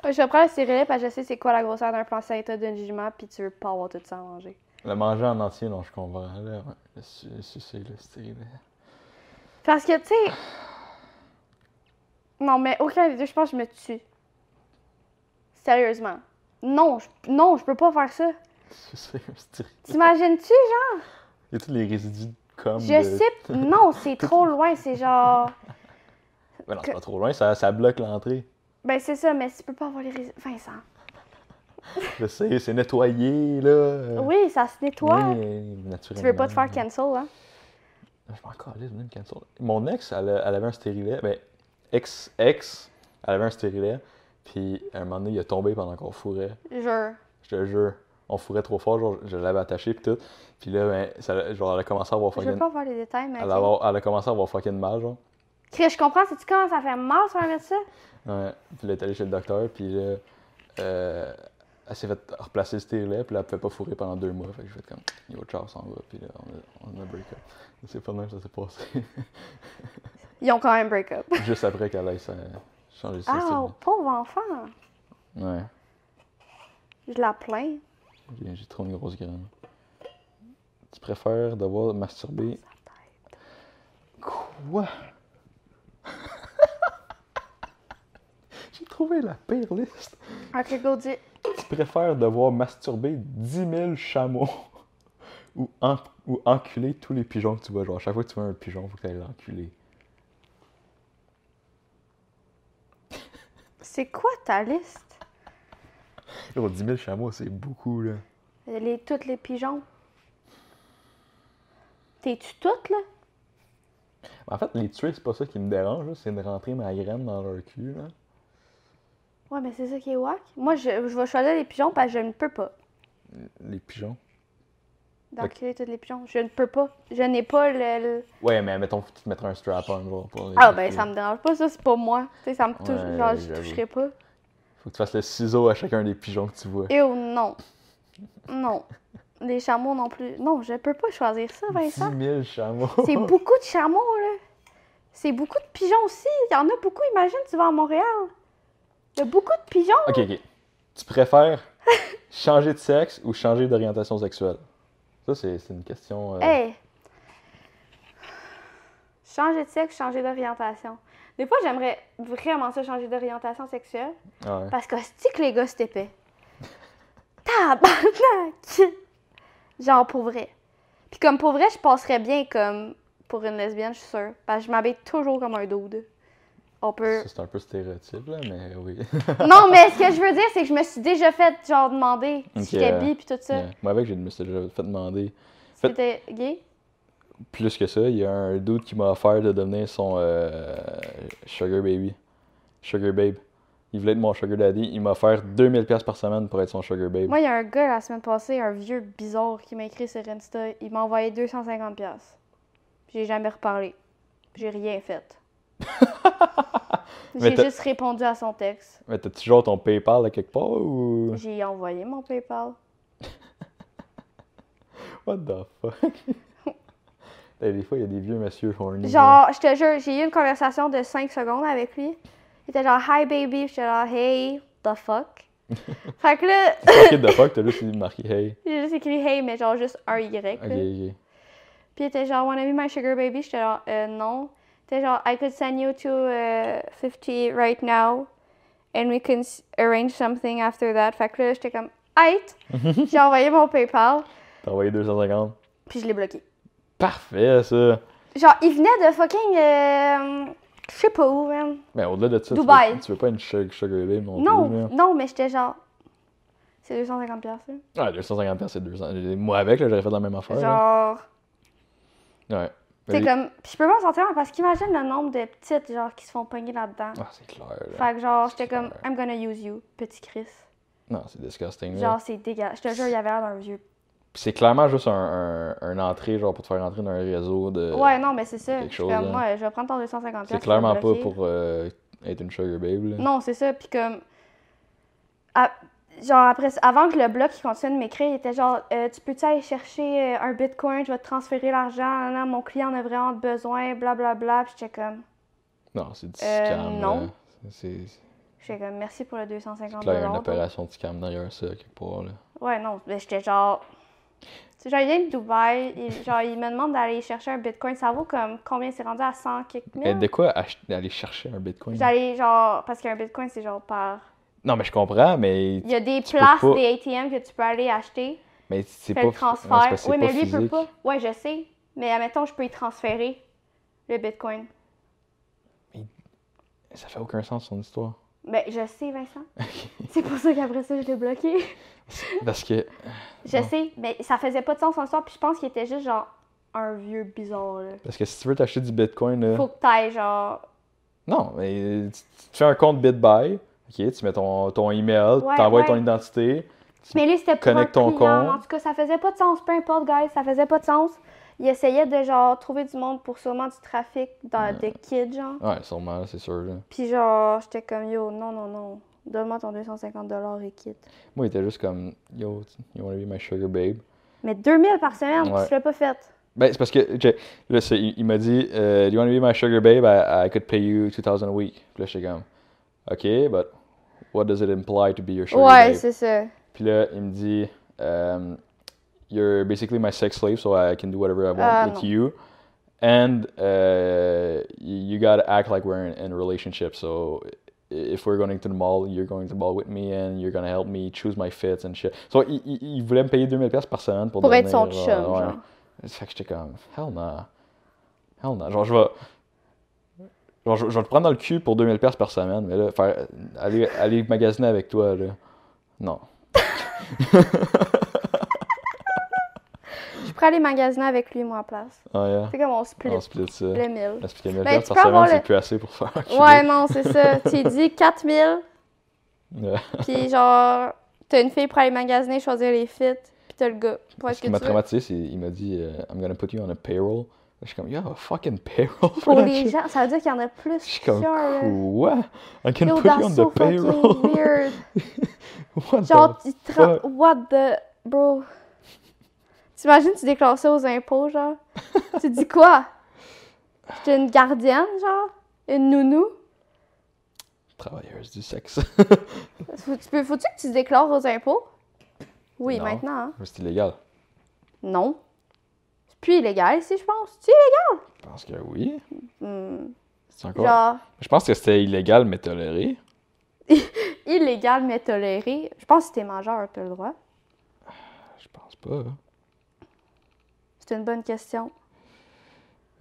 Ouais, Je vais prendre le stérilet parce que je sais c'est quoi la grosseur d'un placenta d'un jument puis tu veux pas avoir tout ça à manger. Le manger en entier, non, je comprends. Là, ouais. Le su- sucer le stérilet. Parce que, tu sais... Non, mais aucun des deux, je pense que je me tue. Sérieusement. Non, je, non, je peux pas faire ça. Sucer un stérilet. T'imagines-tu, genre? Il y a tous les résidus comme. Je sais... Non, c'est trop loin, c'est genre... Ben non, c'est pas trop loin, ça, ça bloque l'entrée. Ben, c'est ça, mais tu peux pas avoir les résidus... Vincent. Je sais, c'est nettoyé, là. Oui, ça se nettoie. Oui, euh, naturellement. Ah, Tu veux pas te faire cancel, hein? Je m'en calisse, venez me cancel. Mon ex, elle, a- elle avait un stérilet. Ben, ex, ex, elle avait un stérilet. Puis, à un moment donné, il est tombé pendant qu'on fourrait. Jure. Je te jure. On fourrait trop fort, genre, je l'avais attaché, puis tout. Puis là, ben, ça- genre, elle a commencé à avoir Je veux fucking. pas voir les détails, mais. Elle ok. a, avoir- elle a commencé à avoir fucking mal, genre. Chris, je comprends, sais-tu comment ça fait mal sur un médecin? Ouais. Puis là, elle est allée chez le docteur, puis là, euh, elle s'est fait replacer le stérilet, puis là, elle pouvait pas fourrer pendant deux mois. Fait que je fait comme, yo, ciao, s'en va, puis là, on a, on a break up. C'est pas de même que ça s'est passé. Ils ont quand même break-up. Juste après qu'elle aille s'en- changer son Ah, stérilet. pauvre enfant! Ouais. Je la plains. J'ai j'ai trop une grosse graine. Tu préfères devoir masturber. Quoi? J'ai trouvé la pire liste. Ok, go dit. Tu préfères devoir masturber 10 000 chameaux ou, en- ou enculer tous les pigeons que tu vois. Genre, à chaque fois que tu vois un pigeon, faut que tu ailles l'enculer. C'est quoi ta liste? Gros, 10 000 chameaux, c'est beaucoup, là. Les, toutes les pigeons. T'es-tu toutes, là? En fait, les tuer, c'est pas ça qui me dérange, là, c'est de rentrer ma graine dans leur cul, là. Ouais, mais c'est ça qui est wack. Moi, je, je vais choisir les pigeons parce que je ne peux pas. Les pigeons. D'enculer toutes les pigeons. Je ne peux pas. Je n'ai pas le. le- Ouais, mais mettons, faut que tu te mettes un strap-on, genre, pour les Ah, ben, enculer. ça me dérange pas, ça, c'est pas moi. Tu sais, ça me touche. Ouais, genre, je j'avoue. toucherai pas. Faut que tu fasses le ciseau à chacun des pigeons que tu vois. Et non. Non. Les chameaux non plus. Non, je peux pas choisir ça, 10 Vincent. 000 chameaux. C'est beaucoup de chameaux, là. C'est beaucoup de pigeons aussi. Il y en a beaucoup, imagine, tu vas à Montréal. Il y a beaucoup de pigeons. Ok, ok. Tu préfères changer de sexe ou changer d'orientation sexuelle? Ça, c'est c'est une question. euh, Hey! Changer de sexe, changer d'orientation. Des fois, j'aimerais vraiment ça, changer d'orientation sexuelle. ah ouais. Parce que c'est que les gars, c'est épais. Tabarnak! Genre, pour vrai. Puis comme pour vrai, je passerais bien comme pour une lesbienne, je suis sûre. Parce que je m'habille toujours comme un dude. On peut... Ça, c'est un peu stéréotype, là, mais oui. Non, mais ce que je veux dire, c'est que je me suis déjà fait, genre, demander Ok. si j'étais bi, puis tout ça. Ouais. Moi, avec, je me suis déjà fait demander. Si t'étais gay. Plus que ça, il y a un dude qui m'a offert de devenir son euh, Sugar Baby. Sugar Babe. Il voulait être mon Sugar Daddy. Il m'a offert 2000$ par semaine pour être son Sugar Babe. Moi, il y a un gars la semaine passée, un vieux bizarre qui m'a écrit sur Insta. Il m'a envoyé 250$. piastres. J'ai jamais reparlé. J'ai rien fait. Mais J'ai t'as- juste répondu à son texte. Mais t'as-tu genre ton PayPal à quelque part ou. J'ai envoyé mon PayPal. What the fuck? Eh, des fois, il y a des vieux messieurs horny. là. Genre, je te jure, j'ai eu une conversation de 5 secondes avec lui. Il était genre, hi baby. Puis J'étais genre, hey, the fuck. fait que là, Ok, the fuck, t'as juste marqué hey. j'ai juste écrit hey, mais genre juste un Y. là. Ok, ok. Puis il était genre, wanna be my sugar baby? J'étais genre, euh, non. Il était genre, I could send you to euh, 50 right now. And we can s- arrange something after that. Fait que là, j'étais comme, Aït! J'ai envoyé mon PayPal, T'as envoyé 250. puis je l'ai bloqué. Parfait, ça. Genre, il venait de fucking. euh, je sais pas où, man. Mais au-delà de ça, tu Dubaï. veux, tu veux pas une sugar, sugar babe non, Non, plus. là. non, mais j'étais genre. C'est 250$, piastres, là. Ouais, 250 piastres, c'est 200. Moi, avec, là, j'aurais fait la même affaire. là. Genre. Ouais. Mais C'est les- comme. Puis je peux pas me sentir mal parce qu'imagine le nombre de petites, genre, qui se font pogner là-dedans. Ah, c'est clair. là. Fait que genre, C'est j'étais comme, clair. I'm gonna use you, petit Chris. Non, c'est disgusting. là. Genre, c'est dégueulasse. Je te jure, il y avait l'air d'un vieux. Puis c'est clairement juste un, un, un entrée, genre, pour te faire entrer dans un réseau de. ouais, non, mais c'est ça. Euh, quelque Je suis chose, comme, hein. ouais, je vais prendre ton 250$. C'est clairement je pas vais le bloquer. pour euh, être une sugar babe, là. Non, c'est ça. Puis comme. à- Genre, après, avant que le bloc il continue de m'écrire, il était genre Euh, Tu peux-tu aller chercher euh, un bitcoin Je vais te transférer l'argent. nan, nan, mon client en a vraiment besoin. Blablabla. Bla, bla. Puis j'étais comme, Non, c'est du Euh, scam. non. là. C'est c'est j'étais comme Merci pour le 250$. clair, il y a une donc. opération de scam derrière ça, quelque part, là. Ouais, non, mais j'étais genre. Tu sais, genre, il vient de Dubaï, il, genre, il me demande d'aller chercher un bitcoin. Ça vaut comme combien c'est rendu à 100 quelques Mais mille? de quoi ach- aller chercher un bitcoin? J'allais genre. Parce qu'un bitcoin, c'est genre par. Non, mais je comprends, mais, Il y a des peux places, pas- des ATM que tu peux aller acheter, mais c'est faire pas. le transfert. ouais, c'est parce que c'est oui, mais pas lui, il peut physique. pas. Ouais, je sais. Mais admettons, je peux y transférer le bitcoin. Ça fait aucun sens, son histoire. Ben, je sais, Vincent. c'est pour ça qu'après ça, je l'ai bloqué. Parce que. Je Bon. sais, mais ça faisait pas de sens en soi. Puis je pense qu'il était juste genre un vieux bison, là. Parce que si tu veux t'acheter du bitcoin, là. Faut que t'ailles, genre. Non, mais tu, tu fais un compte BitBuy. Ok, tu mets ton, ton email, Ouais, t'envoies ton ouais. identité. Mais lui, c'était pour un Connecte ton client. compte. En tout cas, ça faisait pas de sens. Peu importe, guys, ça faisait pas de sens. Il essayait de, genre, trouver du monde pour sûrement du trafic dans, de kids, genre. Ouais, sûrement, c'est sûr. là. Puis, genre, j'étais comme, yo, non, non, non. Donne-moi ton 250 et quitte. Moi, il était juste comme Yo, you wanna be my sugar babe? Mais 2000 par semaine, Ouais. tu l'as pas fait. Ben, c'est parce que, j'ai- là, c'est- il, il m'a dit, euh, Do you want to be my sugar babe? I, I could pay you 2000 a week. Puis là, j'étais comme, OK, but what does it imply to be your sugar ouais, babe? c'est ça. Puis là, il me dit, um, You're basically my sex slave, so I can do whatever I want Ah, with non. you. And uh, you, you gotta act like we're in, in a relationship. So i- if we're going to the mall, you're going to the mall with me and you're gonna help me choose my fits and shit. So il, il, il voulait me payer 2000$ piastres par semaine pour, Pour être son devenir, chum, euh, ouais. genre. Fait que j'étais comme, hell no. Hell no. Genre, je vais. Genre, je, je vais te prendre dans le cul pour 2000$ piastres par semaine, mais là, faire, aller, aller magasiner avec toi, là. Non. Je pourrais aller magasiner avec lui, moi, en place. Ah, yeah. C'est comme on split On split ça. les 1000. Parce que 2000$ Ben, piastres tu par peux avoir semaine, le- c'est plus assez pour faire. enculer. Ouais, non, c'est ça. tu dis 4000, Ouais. puis genre, t'as une fille pour aller magasiner, choisir les fits, puis t'as le gars. Pour Ce être que qui m'a tu veux. traumatisé, c'est il m'a dit euh, I'm gonna put you on a payroll. Je suis comme You have a fucking payroll. for Pour that les shit? gens, ça veut dire qu'il y en a plus. Je suis comme là. quoi? I can Yo, put that's you on so the payroll. fucking weird. What the- Genre, tu te rends- fuck? What the... Bro. T'imagines, tu déclares ça aux impôts, genre. tu dis quoi? J'étais une gardienne, genre? Une nounou? Travailleuse du sexe. Faut- tu peux- Faut-tu que tu te déclares aux impôts? Oui, Non. maintenant. hein. c'est illégal. Non. C'est plus illégal ici, je pense. Tu sais? Je pense que oui. Hmm, C'est encore. Genre, Je pense que c'était illégal mais toléré. illégal mais toléré. Je pense que si t'es majeur, t'as le droit. Je pense pas. hein. C'est une bonne question.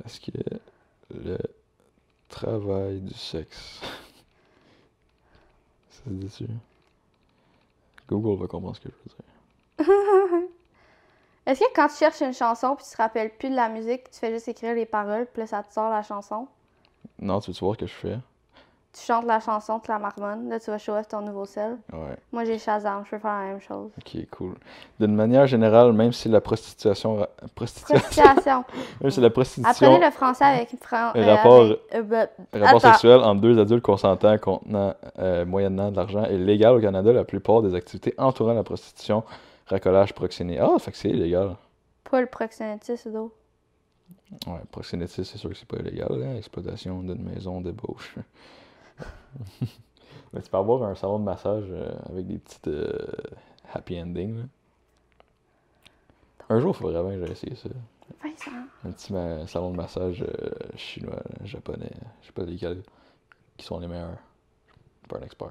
Est-ce que le travail du sexe. Ça se dit dessus. Google va comprendre ce que je veux dire. Est-ce que quand tu cherches une chanson puis tu te rappelles plus de la musique, tu fais juste écrire les paroles puis là, ça te sort la chanson? Non, tu veux voir ce que je fais? Tu chantes la chanson, tu la marmonnes, là, tu vas show off ton nouveau sel. Ouais. Moi, j'ai Shazam, je peux faire la même chose. Ok, cool. D'une manière générale, même si la prostitution. ra- Prostitution. Prostitution. même si la prostitution. Apprenez le français avec... Fran... Le rapport- avec- euh, bah, Rapport Attends. sexuel entre deux adultes consentants contenant euh, moyennant de l'argent est légal au Canada. La plupart des activités entourant la prostitution, racolage, proxéné. Ah, fait que c'est illégal. Pas le proxénétisme, d'eau. Ouais, proxénétisme, c'est sûr que c'est pas illégal. hein, Exploitation d'une maison d'ébauche. Mais tu peux avoir un salon de massage euh, avec des petites euh, happy endings. là. Un jour, il faudrait bien que j'essaie ça. Vincent. Un petit ma- salon de massage euh, chinois, là, japonais, je sais pas lesquels qui sont les meilleurs. Je suis pas un expert.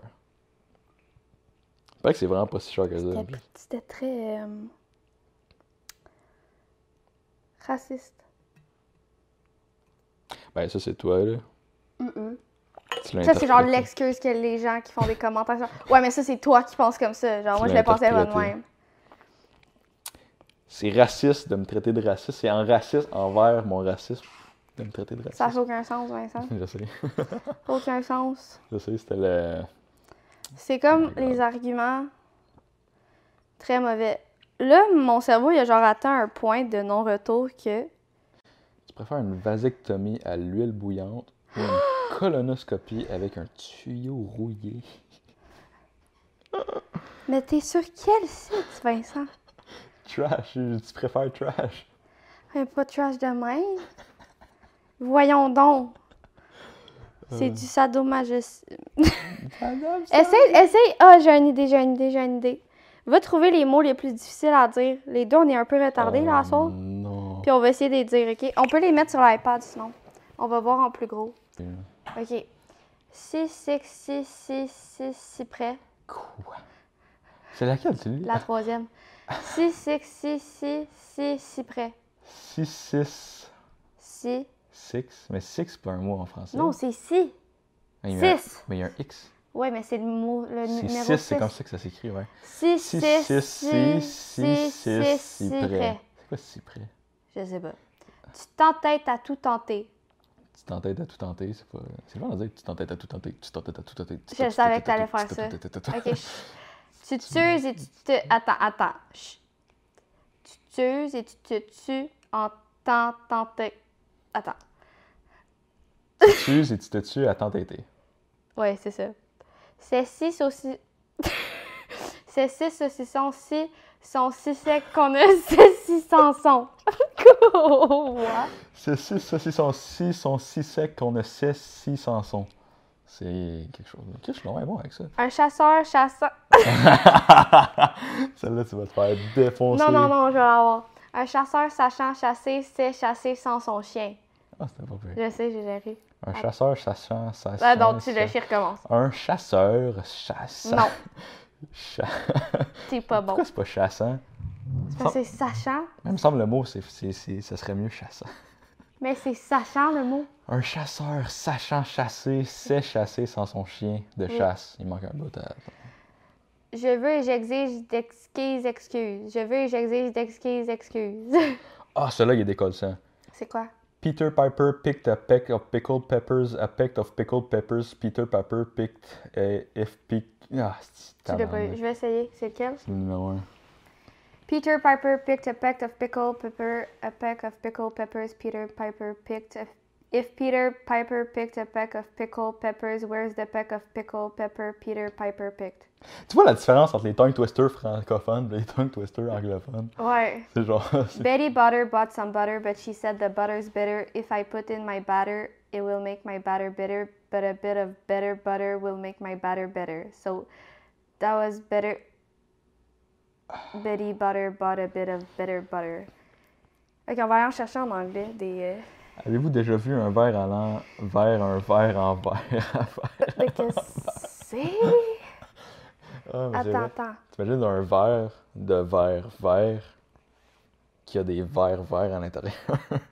Il paraît que c'est vraiment pas si cher que ça. en C'était- plus. C'était très... euh, Raciste. Ben ça c'est toi là. Tu l'as Ça, c'est genre interprété. l'excuse que les gens qui font des commentaires. genre, Ouais, mais ça, c'est toi qui penses comme ça. Genre, Tu moi, je l'as le pensais pas de interprété. même. C'est raciste de me traiter de raciste. C'est en raciste envers mon racisme de me traiter de raciste. Ça hein? fait aucun sens, Vincent. Je sais. Aucun sens. Je sais, c'était le. C'est comme my God. les arguments très mauvais. Là, mon cerveau, il a genre atteint un point de non-retour que. Tu préfères une vasectomie à l'huile bouillante ou une colonoscopie avec un tuyau rouillé? Mais t'es sur quel site, Vincent? Trash! Tu préfères trash? Mais pas de trash de même. Voyons donc. Euh, C'est du sadomasochisme. Essaye, essaye. Ah, j'ai une idée, j'ai une idée, j'ai une idée. Va trouver les mots les plus difficiles à dire. Les deux, on est un peu retardés là, à Oh, soir. Non. Puis on va essayer de les dire, OK? On peut les mettre sur l'iPad sinon. On va voir en plus gros. OK. Si, si, si, si, si, si près. Quoi? C'est laquelle tu lis? La troisième. Si, si, si, si, si, si près. 6, 6, Si. 6. Mais 6, c'est pas un mot en français. Non, c'est si. Ah, il y a un- Six. Mais il y a un X. Ouais, mais c'est le mot, le C'est numéro 6, six. c'est comme ça que ça s'écrit, ouais. Si, si, Si, si, si, si, si, si, si, si près. près. C'est quoi si près? Je sais pas. Tu t'entêtes à tout tenter. Tu t'entêtes à tout tenter, c'est pas. C'est vraiment dire, tu t'entêtes à tout tenter, tu t'entêtes à tout tenter. tu Je t'entêtes savais à tout que t'allais tenter, faire tu t'entêtes à tout Ok. tenter. chut. tu t'uses et tu te. Attends, attends. chut. Tu t'uses et tu te tues en tentant. Attends. Tu t'uses et tu te tues à t'entêter. Ouais, c'est ça. Ces six saucissons. Ces six saucissons-ci sont si secs qu'on a ces six sansons. Quoi? Ces six saucissons-ci sont si secs qu'on ne sait si s'en sont. C'est quelque chose. Ok, je suis vraiment bon avec ça. Un chasseur chassant. Celle-là, tu vas te faire défoncer. Non, non, non, je vais l'avoir. Un chasseur sachant chasser sait chasser sans son chien. Ah, c'était pas vrai. Je sais, j'ai déjà ri. Un chasseur sachant, ça Ah, donc, tu le chien recommence. Un chasseur chasse. Non, Cha- c'est pas bon. Pourquoi c'est pas chassant? C'est parce que c'est sachant, Il me semble le mot, c'est, c'est, c'est- ça serait mieux chassant. mais c'est sachant le mot. Un chasseur sachant chasser sait chasser sans son chien de Oui. chasse. Il manque un bout à... Je veux et j'exige d'exquises excuses. Je veux et j'exige d'exquises excuses. Ah, celui-là, il décolle ça. c'est quoi? Peter Piper picked a peck of pickled peppers, a peck of pickled peppers. Peter Piper picked a if pick... Ah, c'est Tu l'as pas eu. tabarnak. Je vais essayer. C'est lequel? C'est le numéro un. Peter Piper picked a peck of pickled pepper, a peck of pickled peppers. Peter Piper picked a... If Peter Piper picked a peck of pickled peppers, where's the peck of pickled pepper Peter Piper picked? Tu vois la différence entre les tongue twisters francophones et les tongue twisters anglophones? Ouais. C'est genre... c'est- Betty Butter bought some butter, but she said the butter's bitter. If I put in my batter, it will make my batter bitter, but a bit of better butter will make my batter better. So that was better. Betty Butter bought a bit of better butter. Ok, on va aller en chercher en anglais des. euh, Avez-vous déjà vu un verre allant vers un verre en verre à verre? euh, de que c'est? Ah, mais c'est Attends, vrai. attends. T'imagines un verre de verre vert qui a des verres verts à l'intérieur.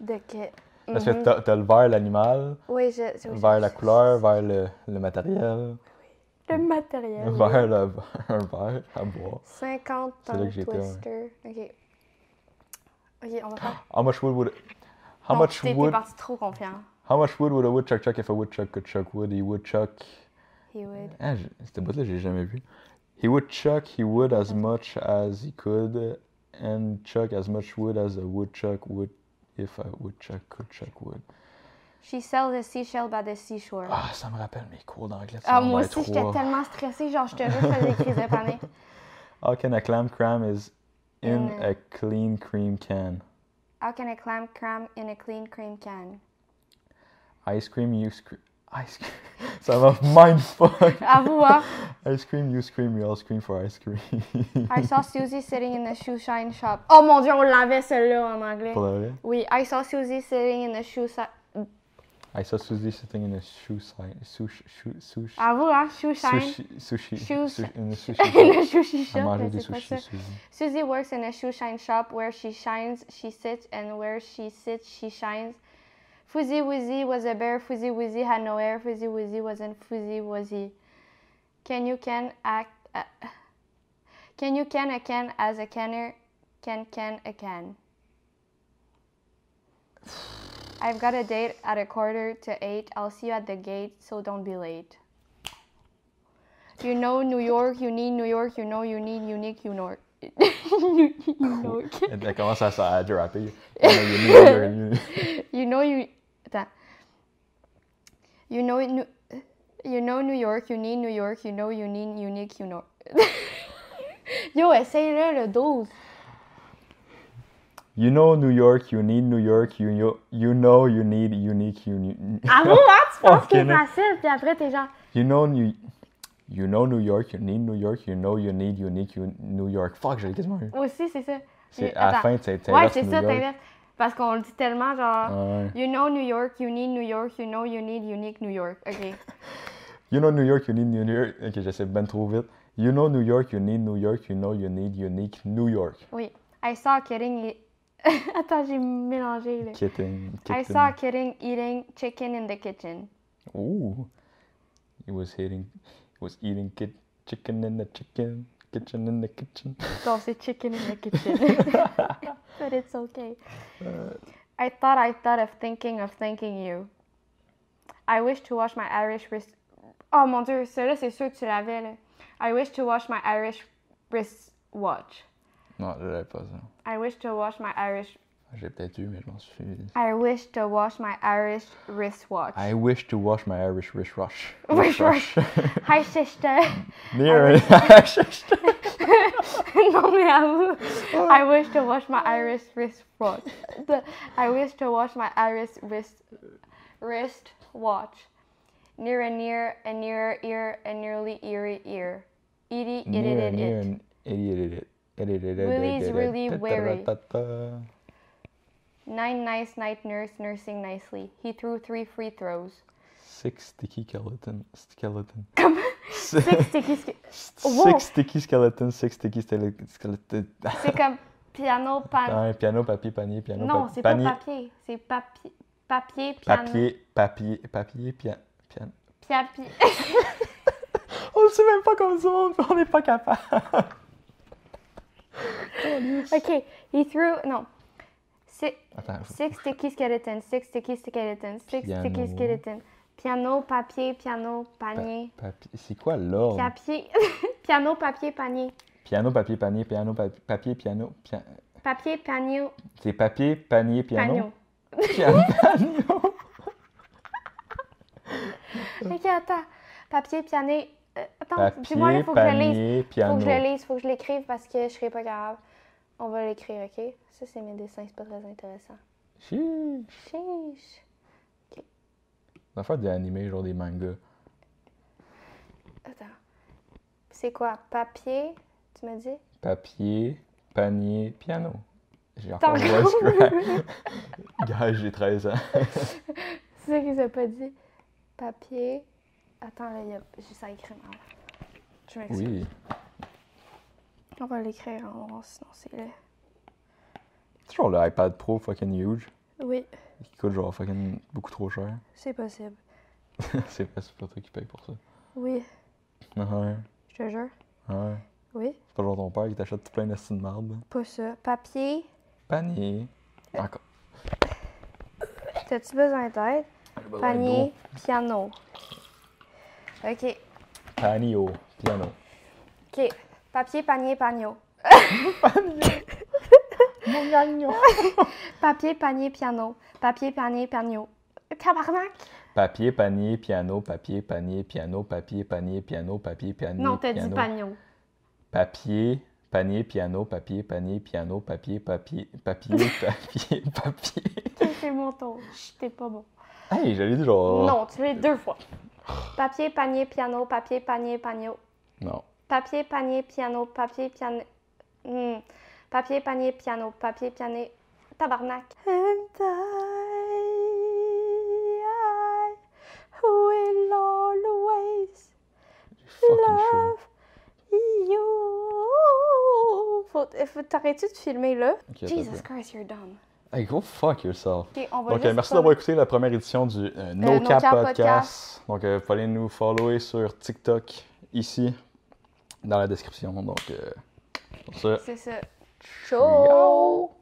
De que. Parce Mhm. que t'as, t'as le verre l'animal, Oui, je. je- je- vers la je- couleur, vers le, le matériel, Le matériel. Eh oui. vers le, un verre à boire. 50 C'est là que tongue j'étais, ouais. twister. Ok. Ok, on va faire. How much wood would how Non, much t'es- T'es wood parti trop confiant. how much wood would a woodchuck chuck if a woodchuck could chuck wood? He would chuck. He would. Ah, j'ai- cette boîte là j'ai jamais vu. He would chuck he would as much as he could and chuck as much wood as a woodchuck would if a woodchuck could chuck wood. She sells a seashell by the seashore. Ah, Ah, ça me rappelle mes cours d'anglais. de secondaire moi aussi, j'étais trois. tellement stressée, genre, je te jure, je faisais des crises de panique. How can a Ah, clam cram is in In a clean cream can? How can a clam cram in a clean cream can? Ice cream, you scream. Ice cream. Ça va mindfuck. Avoue, hein? Ice cream, you scream, we all scream for ice cream. I saw Susie sitting in the shoe shine shop. Oh mon dieu, on l'avait celle-là en anglais. Pour le vrai. Oui, I saw Susie sitting in the shoe shine. I saw Susie sitting in a shoe sign. Sushi. Shoe, sushi. Avoue, hein? Shoe shine. Sushi. Sushi. Ah, Shoe sushi- in a sushi. in a sushi Elle shop. mangeait mais des c'est pas sushis, ça. Susie. Susie works in a shoe shine shop where she shines, she sits, and where she sits, she shines. Fuzzy Wuzzy was a bear, Fuzzy Wuzzy had no hair, Fuzzy Wuzzy wasn't Fuzzy Wuzzy. Can you can act. Uh, can you can a can as a canner? Can can a can. I've got a date at a quarter to eight. I'll see you at the gate, so don't be late. You know New York, you need New York, you know you need unique New York. New York. Elle elle commence à se rapper. J'ai You know you attends. You know New, you know New York, you need New York, you know you need unique, you know. Yo, essaye-le le 12. You know New York, you need New York, you, know you know you need unique. You, Ah Oh, bon, hein, tu penses qu'il est Fucking hell. facile, puis après t'es genre You know New, you know New York, you need New York, you know you need unique you, New York. Fuck, j'ai quasiment eu. aussi c'est ça. C'est Mais à la attends. fin, t'sais, Ouais, t'inverses c'est New ça, York. t'inverses. Parce qu'on le dit tellement genre Ouais. You know New York, you need New York, you know you need unique New York. OK. You know New York, you need New York. Ok, j'essaie ben trop vite. You know New York, you need New York, you know you need unique New York. Oui. I saw a Kidding eat- Attends, j'ai mélangé là. Kitten. I kitten. saw a Kidding eating chicken in the kitchen. Ooh. He was hitting, he was eating kid, chicken in the chicken. kitchen, in the kitchen. Don't say chicken in the kitchen. but it's okay. I thought I thought of thinking of thanking you. I wish to wash my Irish res- Oh mon dieu, celle-là, c'est sûr que tu l'avais, là. I wish to wash my Irish wristwatch. Non, je l'avais pas ça. I wish to wash my Irish... J'ai peut-être eu, mais je m'en suis. I wish to wash my Irish wristwatch. I wish to wash my Irish wish rush. Wish rush. Hi, sister. Near Irish. non, mais à vous. Oh. I wish to wash my Irish wristwatch. The- I wish to wash my Irish wrist wristwatch. Near and near and near ear and nearly eerie ear. Itty it Near it and it near it. and idiot idiot. Willie's really wary. Nine nice night nurse nursing nicely. He threw three free throws. Six sticky skeleton. Skeleton. Comme six Six sticky sk- Wow. sticky skeleton. Six sticky skele- skeleton. C'est comme piano pan. Un piano, papier, panier, piano, Non, pa- c'est pas panier. papier. C'est papier papier piano. Papier, papier, papier, pia- piano. Papier. On le sait même pas comme ça, on n'est pas capable. okay, he threw no. Six, Attends, faut- Six sticky skeletons, six sticky skeletons, six sticky Piano. skeletons. Piano, papier, piano, panier. pa- papier. C'est quoi l'ordre? Papier. piano, papier, panier. Piano, papier, panier, piano, pa- papier, piano. pia- Papier, panio, C'est papier, panier, piano. panio. Piano, piano. Ok, attends. Papier, piané. euh, attends, dis-moi, Papier, il faut que je le lise. panier, Faut que je le piano. lise, faut que je l'écrive parce que je serai pas capable. On va l'écrire, ok? Ça, c'est mes dessins, c'est pas très intéressant. Chiii. Chiche. On va faire des animés, genre des mangas. Attends. C'est quoi? Papier, tu me dis? Papier, panier, piano. J'ai T'as encore le voice crack. Gars, j'ai 13 ans. C'est ça qu'ils ont pas dit. Papier. Attends, là, il y a... j'ai ça écrit mal. Je m'excuse. Oui. On va l'écrire en noir, sinon c'est laid. C'est toujours le iPad Pro fucking huge. Oui, Qui coûte genre fucking beaucoup trop cher. c'est possible. c'est pas, c'est pas toi qui paye pour ça. Oui, Ouais, je te jure. ouais. Oui, C'est pas genre ton père qui t'achète tout plein de style de marde. pas ça. Papier, Panier. Encore. t'as-tu besoin d'aide? Panier, piano. OK. Panier au piano. OK. Papier, panier, panio. Papier, panier, piano. Papier, panier, panio. Tabarnak! Papier, panier, piano, papier, panier, piano, papier, panier, piano, papier, piano. Non, t'as dit piano. panio. Papier, panier, piano, papier, panier, piano, papier, papier, papier, papier, papier. Ok, c'est mon tour. Chut, T'es pas bon. Hey, j'allais dire genre. Non, tu l'as deux fois. Papier, panier, piano, papier, panier, panio. Non. Papier, panier, piano, papier, piano. Hmm. Papier, panier, piano, papier, piano. Tabarnak. And I, I will always J'ai fucking chaud. you. Faut, faut- t'arrêtes-tu de filmer là? Ok, t'as Jesus peur. Christ, you're dumb. Hey, go fuck yourself. Ok, on va Donc, euh, juste merci pas- d'avoir écouté la première édition du euh, No, Euh, No Cap, Cap Podcast. Podcast. Donc, euh, vous pouvez aller nous follower sur TikTok ici, dans la description. Donc, euh, pour ça, C'est ça. Ciao. Ciao!